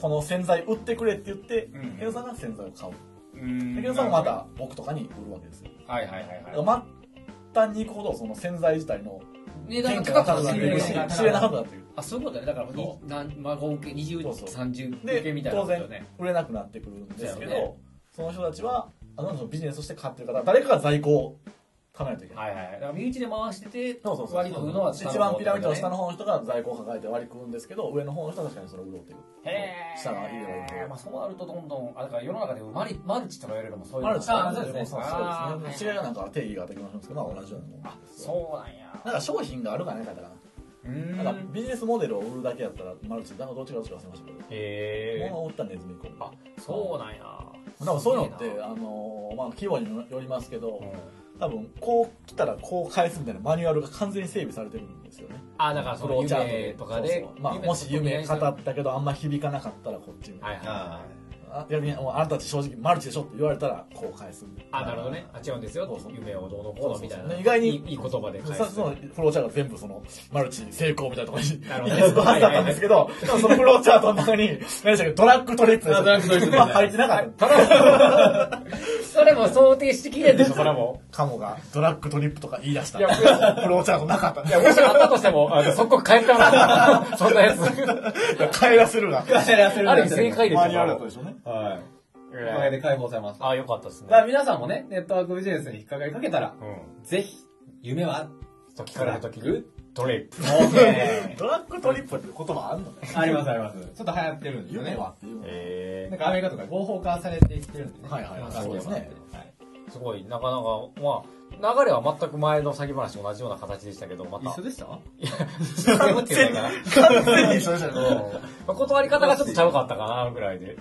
Speaker 3: この洗剤売ってくれって言って、
Speaker 2: ん
Speaker 3: 健三さんが洗剤を買う。
Speaker 2: うん
Speaker 3: で、健三さんがま。た僕とかに売るわけですよ。
Speaker 2: はいはいはい
Speaker 3: だ
Speaker 2: はい
Speaker 3: か。ら末端に行くほど、その洗剤自体の
Speaker 2: 値
Speaker 3: 変化
Speaker 2: 段が高
Speaker 3: が
Speaker 2: くな
Speaker 3: な
Speaker 2: っ
Speaker 3: ってて
Speaker 2: く
Speaker 3: い
Speaker 2: る
Speaker 3: く
Speaker 2: し
Speaker 3: し、知れなかったっていう。
Speaker 2: あ、そういうことだね。だから、
Speaker 3: そ
Speaker 2: 何、孫受け、20、
Speaker 3: そうそう
Speaker 2: 30受け
Speaker 3: で
Speaker 2: みたいな
Speaker 3: 当
Speaker 2: ことよ
Speaker 3: 然
Speaker 2: ね。
Speaker 3: 売れなくなってくるんですけど、
Speaker 2: そうよね
Speaker 3: その人たちはあの人のビジネスとして買ってるから誰かが在庫を買わないといけない、
Speaker 2: はいはい。だから、身内で回してて、
Speaker 3: そうそうそう
Speaker 2: 割り食うのは下の方
Speaker 3: 一番ピラミッドの下の方の人が在庫を抱えて割り食うんですけど上の方の人は確かにそれを売ろうという
Speaker 2: へー
Speaker 3: 下がいいよいいよ
Speaker 2: まあ、そうなるとどんどん、あ、だから世の中でもマリマルチとか言われるのもそういう
Speaker 3: マルチ
Speaker 2: あ
Speaker 4: あそうですね
Speaker 3: そう
Speaker 2: あー
Speaker 3: そうですね。違いなんか定義ができませんですけど、まあ同じようなもん
Speaker 2: あ、
Speaker 3: ですよ。
Speaker 2: そうなんや。
Speaker 3: なんか商品があるかないかだか
Speaker 2: う
Speaker 3: ら、
Speaker 2: ー
Speaker 3: なんか
Speaker 2: ん。
Speaker 3: ビジネスモデルを売るだけやったらマルチ、なんかどっちかどっちか忘れましたけ
Speaker 2: へ
Speaker 3: ど、
Speaker 2: ー
Speaker 3: 物を売ったらネズミコ。
Speaker 2: あ、そうなんや。
Speaker 3: 多分そういうのって
Speaker 2: すげえ、な
Speaker 3: あのーまあ規模にもよりますけど、多分こう来たらこう返すみたいなマニュアルが完全に整備されてるんですよね。
Speaker 2: あ、だからその
Speaker 3: フローチャートで
Speaker 2: 夢とかで
Speaker 3: そうそう、まあ、もし夢語ったけどあんま響かなかったらこっちみた
Speaker 2: はいいは
Speaker 4: あ
Speaker 2: い。
Speaker 3: な、あ逆にもうあなたたち正直マルチでしょって言われたらこう返すみたいな
Speaker 2: あ、なるほどね。あ、違うんですよ
Speaker 3: そうそ。う
Speaker 2: 夢をどうのこうのみたい
Speaker 3: そうそう
Speaker 2: な。
Speaker 3: ね意外に
Speaker 2: いいいい言葉で返
Speaker 3: さ
Speaker 2: す
Speaker 3: そ。のフローチャートが全部そのマルチ成功みたいなところに
Speaker 2: なるほど
Speaker 3: 行き着くはずだったんですけど、でもそのフローチャートの中に、何でしたっけ、ドラッグトリップ
Speaker 4: あドラッグトリップ
Speaker 3: まあ入ってなかった。
Speaker 2: それも想定してきれんでしょ、そ れも。
Speaker 3: カモがドラッグトリップとか言い出した。
Speaker 2: いや
Speaker 3: フローチャートなかった。
Speaker 2: いや、もしあったとしても、あの、即刻帰ってもら う。そんなやつ。
Speaker 3: いや帰らせるな。
Speaker 4: あ。やらせ
Speaker 2: ある意味正解ですよ。
Speaker 3: マニュアルだったでしょうね。
Speaker 4: はい。おかげで解放されました。
Speaker 2: あ、よかったですね
Speaker 4: だか。ら皆さんもね、ネットワークビジネスに引っかかりかけたら、
Speaker 2: うん。
Speaker 4: ぜひ、夢は、
Speaker 2: と聞かれるときに、トレイプ。
Speaker 4: OK!
Speaker 3: ドラッグトリップって言葉あんのね。
Speaker 4: ありますあります。ちょっと流行ってるんですよね。
Speaker 3: 夢はって いうの
Speaker 2: え
Speaker 4: なんかアメリカとか合法化されてきてるんでね。
Speaker 3: はいはいはい
Speaker 4: そ
Speaker 3: そうう
Speaker 4: で
Speaker 3: ですす
Speaker 4: ね
Speaker 3: ね。
Speaker 2: ー、すごい、なかなか、まあ、流れは全く前の詐欺話と同じような形でしたけど、また。
Speaker 4: でした
Speaker 2: 完全に。
Speaker 3: 完全に一緒でしたね。
Speaker 2: まあ断り方がちょっとちゃうかったかな、ぐらい で。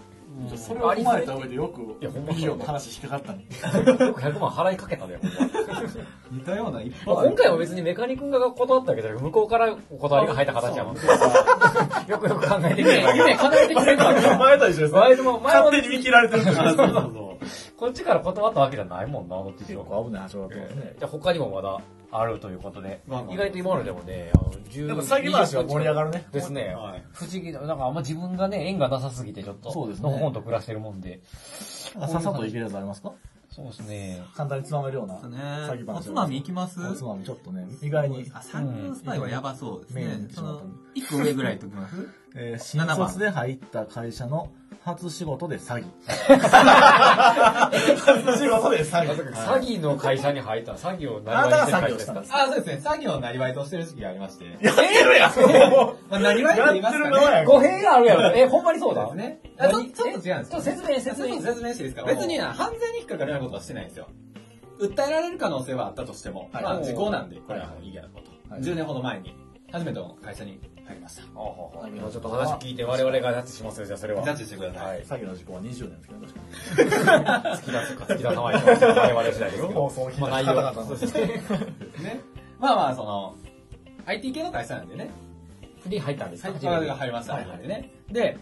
Speaker 3: それを踏まえた上でよく、
Speaker 2: いやほんまそう
Speaker 3: 企業の話引っかかった ね。
Speaker 2: よく100万払いかけたね、ほんま
Speaker 4: 似たような一
Speaker 2: まあ、今回は別にメカニ君が断ったわけじゃなく向こうからお断りが入った形やもん。よくよく考えてみれば。
Speaker 4: 夢叶えてくれるから
Speaker 3: 前と一緒ですね。
Speaker 2: 前も、前も
Speaker 3: 勝、手に見切られてるんですよ。
Speaker 4: そうそうそう。
Speaker 2: こっちから断ったわけじゃないもんな、どっち
Speaker 3: 結
Speaker 2: も。
Speaker 3: 構危ない話だったんですね。
Speaker 2: じゃあ他にもまだあるということで
Speaker 4: まあま、あ
Speaker 2: 意外と今まででもね、あの10
Speaker 3: でも詐欺話は盛り上がるね。
Speaker 2: ですね
Speaker 4: はい。
Speaker 2: 不思議な、なんかあんま自分がね、縁がなさすぎてちょっと、
Speaker 3: そうですね
Speaker 2: のほほんと暮らしてるもんで、
Speaker 3: さっさといけるやつありますか
Speaker 6: そうですね。
Speaker 3: 簡単につまめるような
Speaker 5: そうね
Speaker 3: 詐欺話。
Speaker 5: おつまみいきます
Speaker 3: おつまみちょっとね、意外に。
Speaker 5: あ、サングラスパイはやばそうです
Speaker 3: メインに行
Speaker 5: ね
Speaker 3: っ。てし
Speaker 5: そ
Speaker 3: まった
Speaker 5: の
Speaker 3: ね、
Speaker 5: 一個上ぐらいときます
Speaker 3: えー、新卒で入った会社の初仕事で詐欺。初仕事で詐欺。
Speaker 2: 詐欺の会社に入った詐欺をな
Speaker 3: あなたが詐欺をしたんです。
Speaker 4: あ、そうですね。詐欺をなりわいとしてる時期がありまして。
Speaker 3: やってるやん
Speaker 4: まあ、なりわいと言いますかね。
Speaker 3: や
Speaker 2: 語弊があるやろ。え、ほんまにそう
Speaker 4: そう
Speaker 2: だ
Speaker 4: ですね。あちょちょっと違うんですよ。
Speaker 2: ちょっと説明、説明。
Speaker 4: 説明していいですか別にな、犯罪に引っかかるようなことはしてないんですよ。訴えられる可能性はあったとしても、
Speaker 3: はい
Speaker 4: まあ時効なんで、これは
Speaker 3: はい
Speaker 4: いいやなこと。
Speaker 3: はい
Speaker 4: 10年ほど前に、初めての会社に入りました。
Speaker 2: 今ちょっと話聞いて我々がジャッジしますよ、じゃあそれは。
Speaker 4: ジャッジしてくだ
Speaker 2: は
Speaker 4: さい。
Speaker 2: い。
Speaker 3: 詐欺の時効は20年ですけど、確か
Speaker 2: 月田とか月田様に我々次第ですけ
Speaker 3: に。も
Speaker 2: ど。
Speaker 3: うそう聞い
Speaker 2: まあ内
Speaker 3: た方々
Speaker 2: 容。
Speaker 3: の
Speaker 2: そ。して、
Speaker 4: ね。まあまあ、その、IT 系の会社なんでね。
Speaker 2: に入ったんですか
Speaker 4: 最近が入りました。
Speaker 3: はいはい
Speaker 4: でね。で、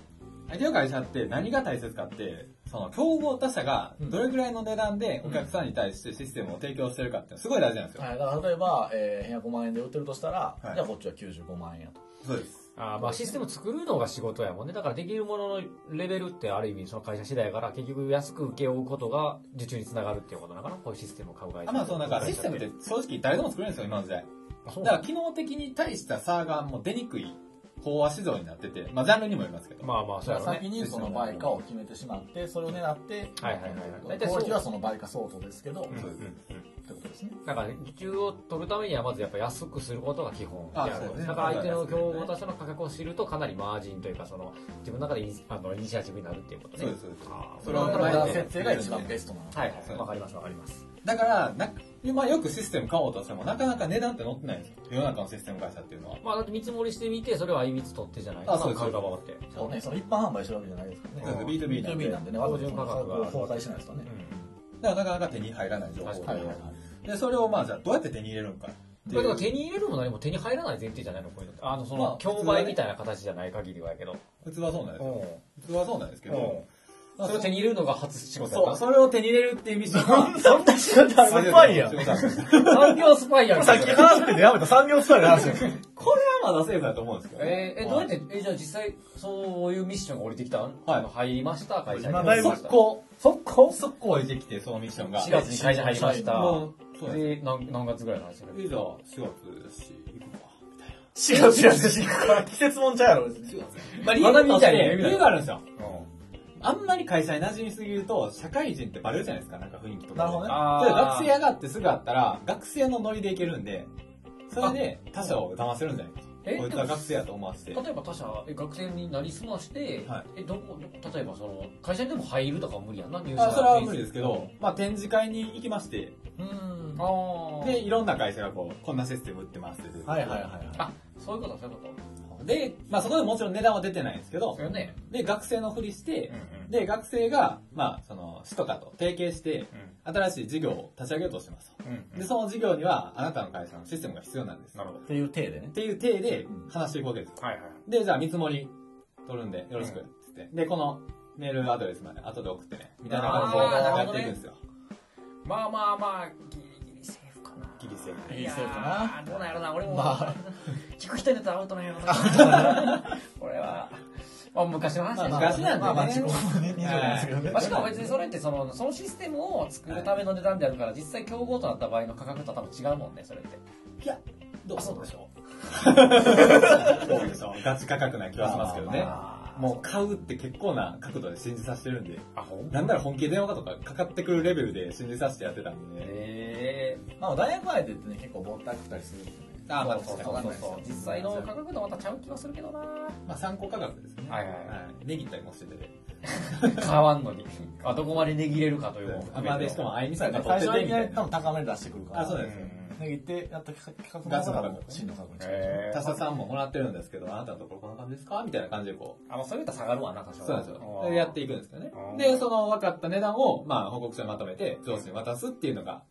Speaker 4: IT の会社って何が大切かって、その競合他社がどれぐらいの値段でお客さんに対してシステムを提供してるかってすごい大事なんですよ。
Speaker 3: はい、だから例えば、えー、部屋5万円で売ってるとしたら、
Speaker 4: はい
Speaker 3: じゃあこっちは95万円やと。
Speaker 4: そうです。
Speaker 2: あーまあシステム作るのが仕事やもんね。だからできるもののレベルってある意味その会社次第やから結局安く請け負うことが受注につながるっていうことなのかなこういうシステムを買う会社。
Speaker 4: あまあ、そのなんかシステムって正直誰でも作れるんですよ、今の時代。
Speaker 2: あそう
Speaker 4: だか
Speaker 2: な
Speaker 4: ら機能的に対した差がもう出にくい飽和市場になってて、まあジャンルにもよりますけど。
Speaker 2: のまあまあ、そうやろね。
Speaker 3: 先にその売価を決めてしまって、それを狙って、
Speaker 2: はいはいはいはい
Speaker 3: 大体そう当時はその売価相当ですけど、
Speaker 2: うんうん
Speaker 3: っ
Speaker 2: うん
Speaker 3: てことですね。
Speaker 2: だから、受注を取るためには、まずやっぱ安くすることが基本。
Speaker 4: あ
Speaker 2: でる
Speaker 4: そうね
Speaker 2: だから相手の競合他社の価格を知ると、かなりマージンというか、その、自分の中でイニあのイニシアチブになるっていうことね。
Speaker 4: そうです、そうです。
Speaker 2: あー
Speaker 4: そ
Speaker 3: そ
Speaker 4: れ
Speaker 3: れ
Speaker 4: は
Speaker 3: は、
Speaker 4: まあ
Speaker 3: 設定が一番ベストなの。
Speaker 2: は
Speaker 4: そう
Speaker 2: い
Speaker 4: で
Speaker 2: は
Speaker 4: す
Speaker 2: い。わかりますわかります。
Speaker 4: だから、なまあ、よくシステム買おうとしても、なかなか値段って載ってないんですよ。世の中のシステム会社っていうのは。
Speaker 2: まあ、だって見積もりしてみて、それをあいみつ取ってじゃない
Speaker 4: あそうです
Speaker 2: ま買う側って。
Speaker 3: そうね、その一般販売してるわけじゃないですから
Speaker 4: そう
Speaker 3: ね。
Speaker 4: そう B2B なんで
Speaker 3: B2B なんでね、わざわざその価格を
Speaker 2: 標準価格が
Speaker 3: 公開しないですとね。
Speaker 4: だからなかなか手に入らない情報
Speaker 2: 確
Speaker 4: で
Speaker 2: かに
Speaker 4: で、それをまあ、じゃあどうやって手に入れるのかって
Speaker 2: これ
Speaker 4: い
Speaker 2: でも
Speaker 4: う。
Speaker 2: 手に入れるも何も手に入らない前提じゃないのこういうのって。あの、そ
Speaker 4: まあ
Speaker 2: の、競売みたいな形じゃない限りはやけど。
Speaker 4: 普通はそうなんですよ。普通はそうなんですけど。まあ
Speaker 2: それを手に入れるのが初仕事
Speaker 4: そ
Speaker 2: や
Speaker 4: う、
Speaker 2: った。
Speaker 4: それを手に入れるっていうミッションは。
Speaker 3: そんな仕事
Speaker 4: あ
Speaker 3: スパイや
Speaker 4: 仕。事なん ですよ
Speaker 2: 産業スパイやん。
Speaker 3: さっき話しててやめた産業スパイの話や
Speaker 4: これはまだセーフだと思うんですけどね。
Speaker 2: えーえ、どうやって、え、じゃあ実際、そういうミッションが降りてきたの
Speaker 4: はい
Speaker 2: あの入りました、会社に。
Speaker 3: 今だい
Speaker 2: 入
Speaker 3: ぶ
Speaker 2: りました
Speaker 3: こ
Speaker 2: 速攻
Speaker 4: 速攻でできて、そのミッションが。
Speaker 2: ?4 月に会社入りました。
Speaker 4: もうそうで
Speaker 2: で、何何月ぐらいの話
Speaker 4: す。いざ、4月だし、行くか。みたいな。
Speaker 3: う。違う違う違う。季節もんちゃうやろ、別に。
Speaker 4: まあ、理由
Speaker 2: 学びみたいな
Speaker 4: として理由があるんですよ。あんまり会社に馴染みすぎると、社会人ってバレるじゃないですか、なんか雰囲気とか。
Speaker 3: なるほどね
Speaker 4: それ
Speaker 2: あ
Speaker 4: 学生上がってすぐあったら、学生のノリでいけるんで、それで他者を騙せるんじゃないか
Speaker 2: え
Speaker 4: と。こいつは学生やと思わせて。
Speaker 2: 例えば他社、え学生になりすまして、
Speaker 4: はい
Speaker 2: え、どこ、例えばその、会社にでも入るとかは無理やんな、入
Speaker 4: まあ、それは無理ですけど、まあ、展示会に行きまして、
Speaker 3: うん。
Speaker 2: あー
Speaker 4: で、いろんな会社がこう、こんなシステム売ってますって出てくる
Speaker 3: はいはいはいはい。
Speaker 2: あ、そういうこと、そういうこと。
Speaker 4: で、まあ、そこでもちろん値段は出てないんですけど
Speaker 2: そ、れね。
Speaker 4: で、学生のふりして、で、学生が、まあ、その、市とかと提携して、新しい事業を立ち上げようとしてます。で、その事業には、あなたの会社のシステムが必要なんです。
Speaker 1: なるほ
Speaker 3: っていう体でね
Speaker 4: っ。ていう体で話していくわけです。
Speaker 1: ど。はいはい。
Speaker 4: で、じゃあ見積もり取るんでよろしくっつって。で、このメールアドレスまで後で送ってね。みたいな感じで
Speaker 2: あー
Speaker 4: やっていくんですよ。
Speaker 2: まあまあまあ、ギリギリセーフかな。
Speaker 4: ギリセーフ
Speaker 3: ギリセーフか
Speaker 2: いやーどうなんやろな、俺も。
Speaker 3: まあ
Speaker 2: 聞く人によってはアウトなんやろな。俺は。まあ、昔の話だし
Speaker 4: まあ昔なんでね
Speaker 3: まあまあ、自己満ね20年ですけどね
Speaker 2: まあ、しかも別にそれってそのそのシステムを作るための値段であるから実際競合となった場合の価格とは多分違うもんねそれって
Speaker 4: いや、どう
Speaker 2: あそうでしょ
Speaker 4: どうでしょう。ガチ価格な気はしますけどね。もう買うって結構な角度で信じさせてるんで。
Speaker 2: あほん
Speaker 4: なんなら本気で電話かとかかかってくるレベルで信じさせてやってたんでね。
Speaker 2: ええ
Speaker 3: まあ、大学前でってね、結構ぼったくったりするんですよね。
Speaker 4: あーまあ
Speaker 2: そう
Speaker 4: 確
Speaker 2: そ
Speaker 4: か
Speaker 2: う
Speaker 4: に。
Speaker 2: そうそう実際の価格とまたちゃう気はするけどな
Speaker 4: まあ参考価格ですね。
Speaker 2: はいはいはい
Speaker 4: い。値切ったりもしてて。
Speaker 2: 買わんのにあどこまで値切れるかというのも
Speaker 4: あまあでしかもあいみさ
Speaker 3: 最
Speaker 4: んが取っ
Speaker 3: 初
Speaker 4: て
Speaker 3: は
Speaker 4: て
Speaker 3: い
Speaker 4: み
Speaker 3: き
Speaker 4: た
Speaker 3: ないり多
Speaker 4: な。
Speaker 3: 分高めに出してくるから。
Speaker 4: あ、そう
Speaker 3: ね。
Speaker 4: ですね。
Speaker 3: 握って、やった企画
Speaker 4: ガスの
Speaker 3: の
Speaker 4: 価
Speaker 3: 価
Speaker 4: 格
Speaker 3: 格真の価格に近い
Speaker 2: え
Speaker 4: 他社さんももらってるんですけど、あなたのところこんな感じですかみたいな感じでこう、
Speaker 2: あまあそれと下がるわな多少
Speaker 4: そうなんですよ。でやっていくんですけどね
Speaker 1: あ。ー
Speaker 4: で、その分かった値段を、まあ、報告書にまとめて、上司に渡すっていうのが、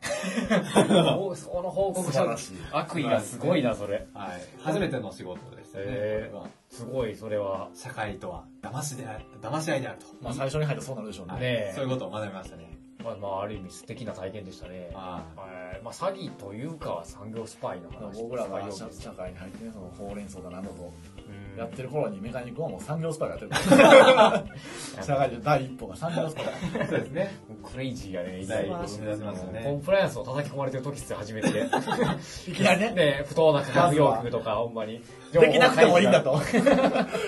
Speaker 2: おその報告書
Speaker 3: 素晴らしい
Speaker 2: 悪意がすごいなそれ
Speaker 4: はい、初めての仕事でしたね。
Speaker 2: へ
Speaker 4: こ
Speaker 2: ー
Speaker 4: れは
Speaker 2: すごいそれは
Speaker 4: 社会とは、騙しである、騙し合いであると。
Speaker 3: まあ、最初に入ったらそうなるでしょうね。
Speaker 4: はい
Speaker 2: ねえ
Speaker 4: そういうことを学びましたね。
Speaker 2: まあ、まあ、ある意味素敵な体験でしたね。
Speaker 4: あ
Speaker 2: はいまあ、詐欺というか、産業スパイの話
Speaker 3: 僕らが社
Speaker 2: 産業です
Speaker 3: 社会に入ってね、そのほうれん草だなんだと、
Speaker 2: うん
Speaker 3: やってる頃にメカニックはもう産業スパイがやってるから。社会で第一歩が産業スパイだ。
Speaker 4: あそうですね。
Speaker 2: クレイジーやね、
Speaker 4: 第一歩
Speaker 2: 今
Speaker 4: 目指せますよ
Speaker 2: コ
Speaker 4: ね。
Speaker 2: ンプライアンスを叩き込まれてる時っすよ、初 めて。
Speaker 3: いきなりね。
Speaker 2: ね、不当な価格要求とか、ほんまに。
Speaker 3: できなくてもいいんだ。と。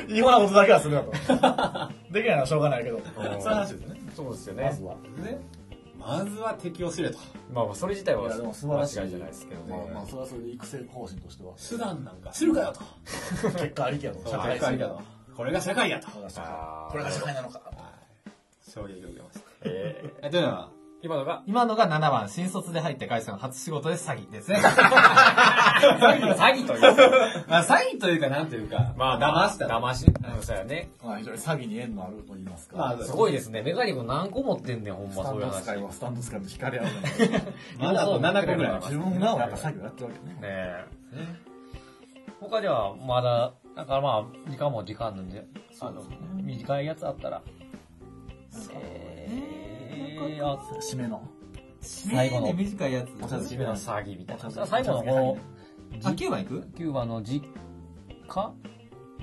Speaker 3: 違法なことだけはするなと。できないのはしょうがないけど。そういう話ですよね。
Speaker 2: そうですよ
Speaker 3: ま
Speaker 2: ね
Speaker 3: ず。は。
Speaker 4: ねまずは敵を知れと。
Speaker 2: まあまあ、それ自体
Speaker 3: い
Speaker 2: は
Speaker 3: や、でも素晴らしい。
Speaker 2: 間違いじゃないですけど
Speaker 3: まあまあ、
Speaker 2: ね。
Speaker 3: それはそれで育成方針としては。
Speaker 4: 手段なんか知るかよと。
Speaker 3: 結果ありきやと。
Speaker 4: そう結果ありかと。これが社会やと。
Speaker 2: あー
Speaker 3: これが社会なのか。
Speaker 4: 衝撃を受けました。
Speaker 2: えー
Speaker 4: え、というのは、
Speaker 2: 今のが、
Speaker 5: 今のが7番、新卒で入った会社の初仕事で詐欺ですね。
Speaker 2: 詐欺、詐欺とい う。
Speaker 4: まあ、詐欺というか、なんというか、
Speaker 2: まあ、
Speaker 4: 騙した。
Speaker 2: 騙し、うんそうやね。
Speaker 3: まあ、非常に詐欺に縁のあると言いますか。
Speaker 4: まあ
Speaker 2: すごいですね。メガニコ何個持ってんねん、ほん
Speaker 3: ス
Speaker 2: ま、
Speaker 3: タ
Speaker 2: そう
Speaker 3: ン
Speaker 2: いう
Speaker 3: ド
Speaker 2: 話。
Speaker 3: 使いはスタンド使いの光り合うのに
Speaker 4: まだあと7個ぐらいあります
Speaker 3: 自。分がなんか詐欺をやってるわけね。
Speaker 2: ねえ。他ではまだ、だからまあ、時間も時間なんで、あの、短いやつあったら。えーあ
Speaker 3: 締めの。
Speaker 2: 最後の
Speaker 5: ね短いやつ。
Speaker 2: 初めの詐欺みたいな。
Speaker 3: お茶
Speaker 2: さあ最後のこ
Speaker 5: あ、9番いく
Speaker 2: の、9番の実家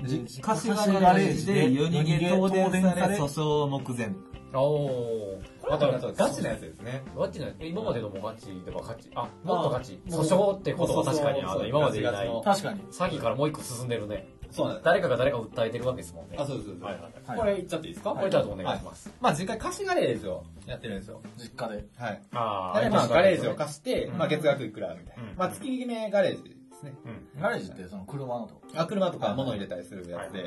Speaker 3: 実
Speaker 5: 柏のガレージで夜逃げ東電され訴訟目前。
Speaker 2: おお。
Speaker 4: あと、あとガチなやつですね。
Speaker 2: ガチな今までのもガチではガチ。あ、
Speaker 4: まあ
Speaker 2: もっとガチ。訴訟ってことは確かに、
Speaker 4: そう
Speaker 2: あ
Speaker 4: そうそ
Speaker 2: の、
Speaker 4: う
Speaker 2: 今までいない。
Speaker 4: ガ
Speaker 3: 確かに。
Speaker 2: 詐欺からもう一個進んでるね。
Speaker 4: そうなんです。
Speaker 2: 誰かが誰かを訴えてるわけですもんね。
Speaker 4: あ、そうです、そうです。
Speaker 2: はいはい
Speaker 3: はい
Speaker 4: これ言っちゃっていいですか
Speaker 2: これだとお願いします。
Speaker 4: まあ、実家に貸しガレージをやってるんですよ。
Speaker 3: 実家で。
Speaker 4: はい。
Speaker 2: あ
Speaker 4: で、まあ、ガレージを貸して、
Speaker 2: うん
Speaker 4: まあ、月額いくらみたいな
Speaker 2: う。ん
Speaker 4: まあ、月決めガレージですね。
Speaker 3: ガレージってその車のとこ。
Speaker 4: あ、車とか物入れたりするやつ
Speaker 2: は
Speaker 4: で。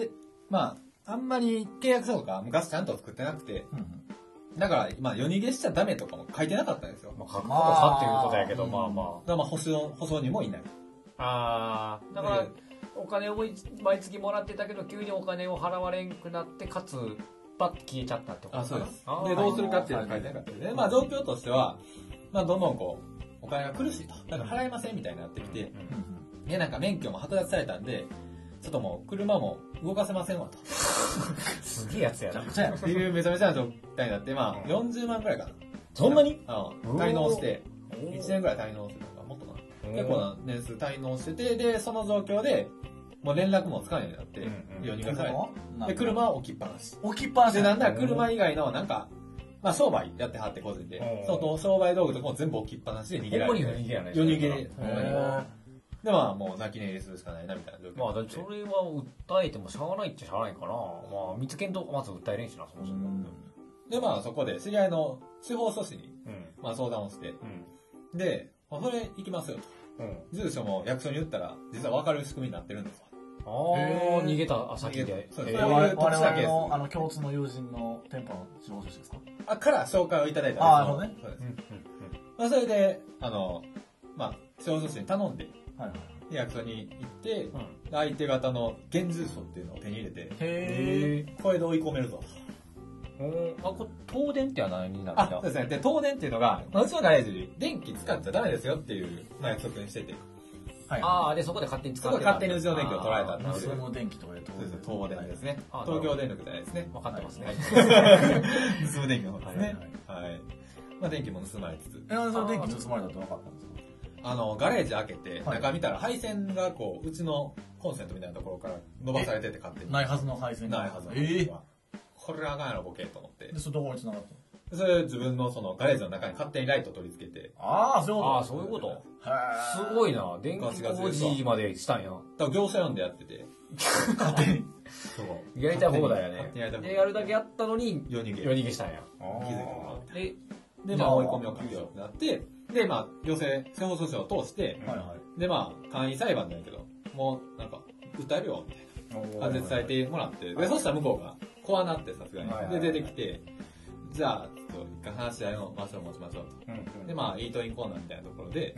Speaker 4: で、まあ、あんまり契約書とか昔ちゃんと作ってなくて、だから、まあ、夜逃げしちゃダメとかも書いてなかったんですよ。
Speaker 2: まあ、かっこよさっていうことやけど、まあま
Speaker 4: だからまあ、保証、保証にもいない。
Speaker 2: あ。ああ、だから
Speaker 4: で、
Speaker 2: お金を毎月もらってたけど、急にお金を払われんくなって、かつ、パッと消えちゃったってこと
Speaker 4: あ、そうです。
Speaker 2: あー
Speaker 4: で、どうするかっていうのは書いてなかったですね。まあ、状況としては、まあ、どんどんこう、お金が苦しいと。だから払えませんみたいになってきて、
Speaker 2: うん
Speaker 4: で、なんか免許も剥奪されたんで、ちょっともう車も動かせませんわと。
Speaker 2: すげえやつやな。
Speaker 3: じゃ
Speaker 4: っていうめちゃめちゃな状態になって、まあ、40万くらいかな。
Speaker 2: そんなに
Speaker 4: う
Speaker 2: お
Speaker 4: ん。
Speaker 2: ー
Speaker 4: 滞納して、1年くらい滞納してたのか、もっとかな。結構な年数滞納してて、で、その状況で、もう連絡もつかないようになって、
Speaker 2: うんうん
Speaker 4: 夜逃
Speaker 3: あ
Speaker 4: げされて。で、車は置きっぱなし。
Speaker 3: 置きっぱなし
Speaker 4: で、なんなら車以外の、なんか、まあ商売やってはって個人で
Speaker 2: う、ん
Speaker 4: その商売道具とかも全部置きっぱなしで逃げら
Speaker 2: ほんま
Speaker 4: れ
Speaker 2: に
Speaker 4: て。
Speaker 2: 夜逃げやね。
Speaker 4: 夜逃げ。ほんまに
Speaker 3: へ
Speaker 4: で、まあもう泣き寝入りするしかないな、みたいな状況に
Speaker 2: まあ、
Speaker 4: な
Speaker 2: だ
Speaker 4: っ
Speaker 2: って
Speaker 4: て
Speaker 2: それは訴えてもしゃあないっちゃしゃあないかな。まあ、見つけんとまず訴えれんしな、そもそも。
Speaker 4: で、まあそこで知り合いの司法書士に、
Speaker 2: うん。
Speaker 4: まあ相談をして、
Speaker 2: うん。
Speaker 4: で、まあそれ行きますよと。
Speaker 2: うん。
Speaker 4: 住所も役所に言ったら、実は分かる仕組みになってるんですよ。
Speaker 2: ああ、
Speaker 3: へー
Speaker 2: 逃げた先で。
Speaker 4: そう
Speaker 2: え
Speaker 4: です
Speaker 3: 我
Speaker 2: ー
Speaker 3: 々の、あの、共通の友人の店舗の司法書士ですか
Speaker 4: あ、から紹介をいただいた
Speaker 3: あー
Speaker 4: ん
Speaker 3: な
Speaker 4: で
Speaker 3: る
Speaker 4: すそうです
Speaker 2: うん。
Speaker 4: まあそれで、あの、まあ、司法書士に頼んで、
Speaker 3: はいはい。
Speaker 4: で役所に行って、
Speaker 2: うん。
Speaker 4: 相手方の現住所っていうのを手に入れて、
Speaker 3: へ
Speaker 4: これで追い込めるぞ。
Speaker 2: うん。あ、これ、東電っては何になる
Speaker 4: あ
Speaker 2: ん、
Speaker 4: そ
Speaker 2: だ
Speaker 4: うですね。で、東電っていうのが、まあ、うちのガレージ、電気使っちゃダメですよっていう、まあ、約束にしてて、
Speaker 3: はい。
Speaker 2: ああ、で、そこで勝手に使
Speaker 4: そ
Speaker 2: っ
Speaker 4: こで
Speaker 2: てた
Speaker 4: 勝手にうちの電気を取られたん
Speaker 2: あー
Speaker 4: で
Speaker 3: 無
Speaker 4: す
Speaker 3: 数
Speaker 4: よ。
Speaker 3: の電気とかで
Speaker 4: そうです東電ですね。
Speaker 2: あー
Speaker 4: 東京電力じゃないですね。
Speaker 2: 分かってますね。
Speaker 4: 盗む電気の方ですね。はい。まあ、電気も盗まれつつ。
Speaker 3: え、なんでその電気盗まれたって分かったんですか
Speaker 4: あの、ガレージ開けて、
Speaker 3: はい
Speaker 4: 中見たら配線がこう、うちのコンセントみたいなところから伸ばされてて勝手に。
Speaker 3: ないはずの配線
Speaker 4: ないはずなんです
Speaker 3: え
Speaker 4: よこれはあかんやろ、ボケと思って
Speaker 3: え。で、。それどこに繋がったの
Speaker 4: それ自分のそのガレージの中に勝手にライト取り付けて、
Speaker 3: ああ、そう
Speaker 2: ああ、そういうこと。
Speaker 3: は
Speaker 2: すごいな。電気工事までしたんや。
Speaker 4: だから業者呼んでやってて。
Speaker 3: 勝手に。
Speaker 4: そう。
Speaker 2: やりたい放題や
Speaker 4: 勝
Speaker 2: ね
Speaker 4: 手にやりたい。放題
Speaker 2: で、やるだけやったのに、
Speaker 4: 夜逃げ。
Speaker 2: 夜逃げしたんや。
Speaker 4: 気づいたの
Speaker 2: で、
Speaker 4: で、
Speaker 3: じ
Speaker 4: ま
Speaker 3: ゃあ
Speaker 4: あ、追い込みをかけようってなって、で、まあ、行政、司法訴訟を通して、
Speaker 3: はいはい。
Speaker 4: で、まあ、簡易裁判じゃないけど、もう、なんか、訴えるよ、みたいな。判決されてもらって、で、そしたら向こうが、怖なって、さすが
Speaker 2: はいはい
Speaker 4: に。
Speaker 2: はい
Speaker 4: で、出てきて、じゃあ、ちょっと、一回話し合いの場所を持ちましょうと。で、まあ、イートインコーナーみたいなところで、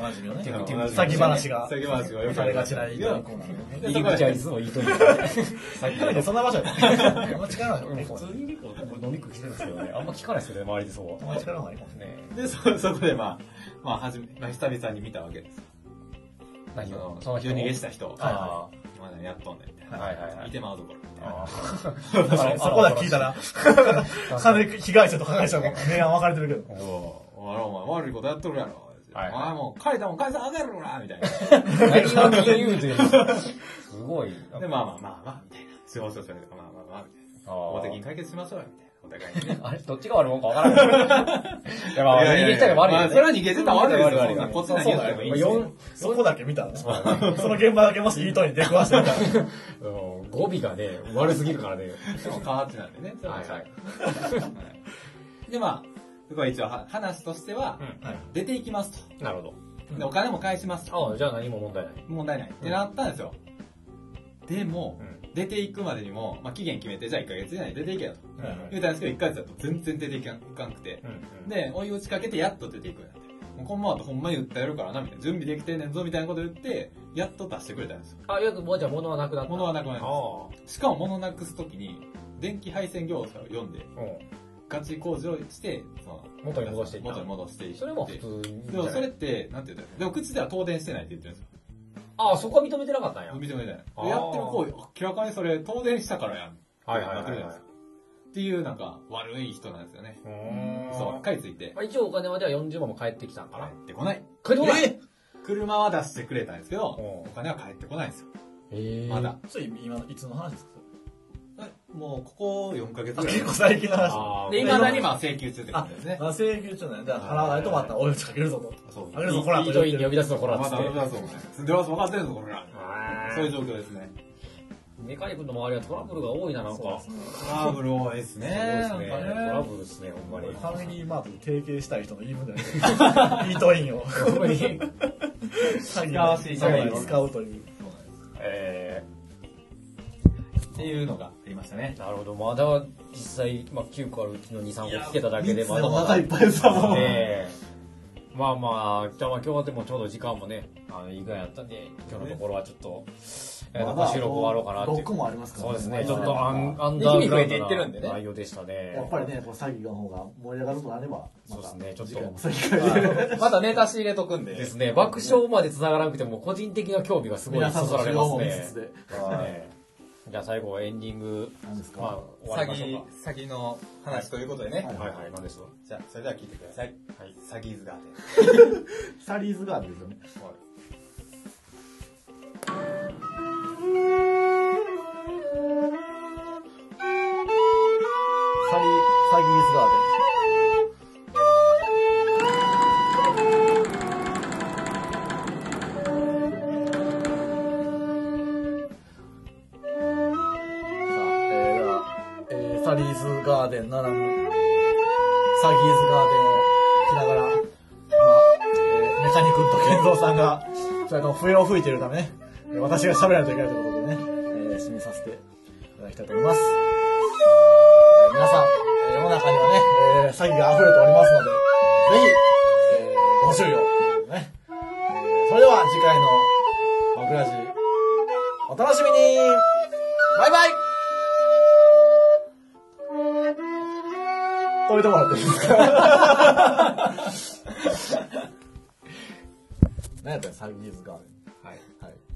Speaker 3: なじみのね。
Speaker 4: 先
Speaker 3: 先話が
Speaker 4: 先話がよく
Speaker 3: さ
Speaker 4: あ
Speaker 3: れ
Speaker 4: る
Speaker 3: がちな
Speaker 4: で
Speaker 3: いい
Speaker 4: そ
Speaker 3: コ
Speaker 4: こ
Speaker 3: ーナーのね。
Speaker 4: で
Speaker 2: 入り口はいつもいいと いい。さっきから。
Speaker 3: そんな場所やね。お待ちかない
Speaker 2: うん普通にねこう飲み食いしてるんですけどね。あんま聞かないですよね、周りでそう
Speaker 3: お。待ちかない
Speaker 2: ね
Speaker 4: で、そ、 そこで、まあ、まあ、はじめ、まあ、久々に見たわけです。
Speaker 2: 何を
Speaker 4: その、夜逃げした人。
Speaker 2: ああ。
Speaker 4: お前何やっとんねんみたいな。
Speaker 5: はいはいはい
Speaker 4: いてまうところみたいな。
Speaker 2: 確かにそこだけ聞いたな。かなり被害者と加害者も明暗分かれてるけど。
Speaker 4: そう。お前らお前悪いことやっとるやろ。
Speaker 5: はい
Speaker 4: お前もう借りたもん返さあげろなみたいな。
Speaker 5: 何が金融というのすごい。
Speaker 4: で、まあまあまあまあ、みたいな。すごいそうそうまあまあまあ、みたいな。
Speaker 5: あ
Speaker 4: 法
Speaker 5: ー
Speaker 4: 的に解決しましょうよ、みたいな。お互いにね。
Speaker 5: あれ、どっちが悪いもんかわか らない。いや、ま あ、逃げちゃえば悪いよ
Speaker 4: まあ
Speaker 5: ね。
Speaker 4: それは逃げてたら悪いですよ
Speaker 5: 悪い悪い悪い
Speaker 4: こっち何言ってもいいし。
Speaker 5: 4、
Speaker 2: そこだけ見たらね。その現場だけもしいい人に出くわしてみたら。
Speaker 5: うん語尾がね、悪すぎるからね。
Speaker 4: でも変わってなんでね。
Speaker 5: はいはい
Speaker 4: はいで、まあ、僕は一応は話としては、
Speaker 5: うん
Speaker 2: はい
Speaker 4: 出ていきます
Speaker 5: なるほ
Speaker 4: と。で、お金も返しますと。
Speaker 5: ど。ああ、じゃあ何も問題ない。
Speaker 4: 問題ないってなったんですよ。でも、
Speaker 5: う
Speaker 4: 出ていくまでにも、まあ、期限決めて、じゃあ1ヶ月以内に出ていけよと。
Speaker 2: はいはい
Speaker 4: 言うたんですけど、1ヶ月だと全然出ていかんいかんくて。で、追い打ちかけてやっと出ていくようになって。もうこんばんはとほんまに訴えるからな、みたいな。準備できてんねんぞ、みたいなこと言って、やっと出してくれたんですよ。
Speaker 5: あ、よく、もうじゃあ物はなくなった。
Speaker 4: 物はなくなり
Speaker 5: あ
Speaker 4: ま
Speaker 5: あ。
Speaker 4: す。しかも物なくすときに、電気配線業者を読んで、
Speaker 5: う
Speaker 4: ガチ工事をして、その
Speaker 5: 元に戻していった
Speaker 4: 元に戻していっ
Speaker 5: ん。
Speaker 4: て
Speaker 5: それも普通に。
Speaker 4: でもそれって、なんて言ったら、でも口では東電してないって言ってるんですよ。
Speaker 5: ああ、そこは認めてなかったんや。
Speaker 4: 認めてない。
Speaker 5: あー
Speaker 4: やってる行為、明らかにそれ東電したからやん。
Speaker 5: はい
Speaker 4: って
Speaker 5: はい
Speaker 4: なって
Speaker 5: は
Speaker 4: る
Speaker 5: い
Speaker 4: じゃ
Speaker 5: はい
Speaker 4: なですか。っていう、なんか、悪い人なんですよね。
Speaker 5: い。
Speaker 4: そう、ばっかりついて。
Speaker 5: まあ、一応お金はじゃあ40万も返ってきたんか
Speaker 4: 返
Speaker 5: な。
Speaker 4: ってこない。
Speaker 5: 返ってこない
Speaker 4: 車は出してくれたんですけど、
Speaker 5: うん
Speaker 4: お金は返ってこないんですよ。
Speaker 5: ええ
Speaker 4: まだ。。
Speaker 2: それ今のいつの話ですか
Speaker 4: えもう、ここ4ヶ月
Speaker 2: あ
Speaker 4: ぐらい
Speaker 2: 結。構最近の話。
Speaker 5: ああ。
Speaker 4: で、
Speaker 5: で、
Speaker 4: い
Speaker 5: 今
Speaker 4: ま
Speaker 5: だ
Speaker 4: だ
Speaker 5: に
Speaker 4: に
Speaker 5: ま
Speaker 4: まあ請求中ってことですね。
Speaker 2: まあ、請求ちょっとね、だから払わないとまたお湯かけるぞと。
Speaker 4: そう。
Speaker 2: あれですほら
Speaker 5: いいといに呼び出すぞ、こら、
Speaker 4: ま
Speaker 5: つって
Speaker 4: だ。まだそうね。住んでます、分かってるぞ、これら。
Speaker 5: あ
Speaker 4: そういう状況ですね。
Speaker 5: ーメカニ君の周りはトラブルが多いな、なんか。
Speaker 2: そう
Speaker 5: そ
Speaker 2: ですね
Speaker 4: トラブル多いですね。
Speaker 5: うですね。ト
Speaker 4: なんかね
Speaker 5: ラブルですね、ほんま
Speaker 2: フ
Speaker 5: に。
Speaker 2: ァミリーマートに提携したい人の言い 分じゃないですか。イートインを。
Speaker 5: ほん まに。
Speaker 2: 使
Speaker 4: わせていただいて
Speaker 2: 使うという。
Speaker 4: そうなんです
Speaker 5: え
Speaker 4: っていうのがありましたね
Speaker 5: ー、。なるほど。まだ実際、まあ、9個あるうちの2、3個つけただけで、まだ
Speaker 4: お
Speaker 5: まだ
Speaker 4: 腹いっぱいですわ もう。
Speaker 5: ええまあまあ、じゃあまあ今日はでもちょうど時間もね、あの、いいぐらいやったんで、今日のところはちょっと、えー、収録終わろうかなっていう。
Speaker 3: 6もありますから
Speaker 5: そうですね、ちょっと
Speaker 3: や
Speaker 5: アンアン
Speaker 7: 日
Speaker 5: ダー
Speaker 7: 々
Speaker 5: グ
Speaker 7: 増
Speaker 5: ラウ
Speaker 7: え
Speaker 5: ン
Speaker 7: ていってるんで
Speaker 5: ド
Speaker 7: ね
Speaker 5: な内容でしたね。
Speaker 3: っぱりね、こう詐欺の方が盛り上がるとなれば、
Speaker 5: そうですね、ちょっ
Speaker 3: 次回も
Speaker 5: と。
Speaker 3: 詐欺会で。
Speaker 7: またネタ仕入れとくんで。
Speaker 5: ですね、爆笑まで繋がらなくても、個人的な興味がすごい
Speaker 3: 皆さ
Speaker 5: そ
Speaker 3: ん
Speaker 5: そ
Speaker 3: の
Speaker 5: られ
Speaker 3: 指
Speaker 5: ま
Speaker 3: 導
Speaker 5: す
Speaker 3: も見
Speaker 5: ね
Speaker 3: つつ。で。
Speaker 5: ええじゃあ最後エンディング、
Speaker 3: 何です
Speaker 5: まあ
Speaker 3: か
Speaker 5: 終わりましょう
Speaker 4: 詐欺、詐欺の話ということでね。
Speaker 5: か。はいはい、なんですよ。
Speaker 4: じゃあ、それでは聞いてください。はい。詐欺図があって。
Speaker 3: サリーズガールですよね。サリー、サギーズガーデン。さあ、えー、では、えー、サリーズガーデンならぬ、サギーズガーデンを着ながら、今、えー、メカニ君と健三さんが、それの笛を吹いてるためね、えー私が喋らないといけないということでね、えー、締めさせていただきたいと思います。えー皆さん、えー世の中にはね、えー詐欺が溢れておりますので、ぜひ、えーご注意を、ねえーそれでは次回の僕らじ、お楽しみにバイバイ止めてもらっていいですか何やったん詐欺ズガーデン。はい。はい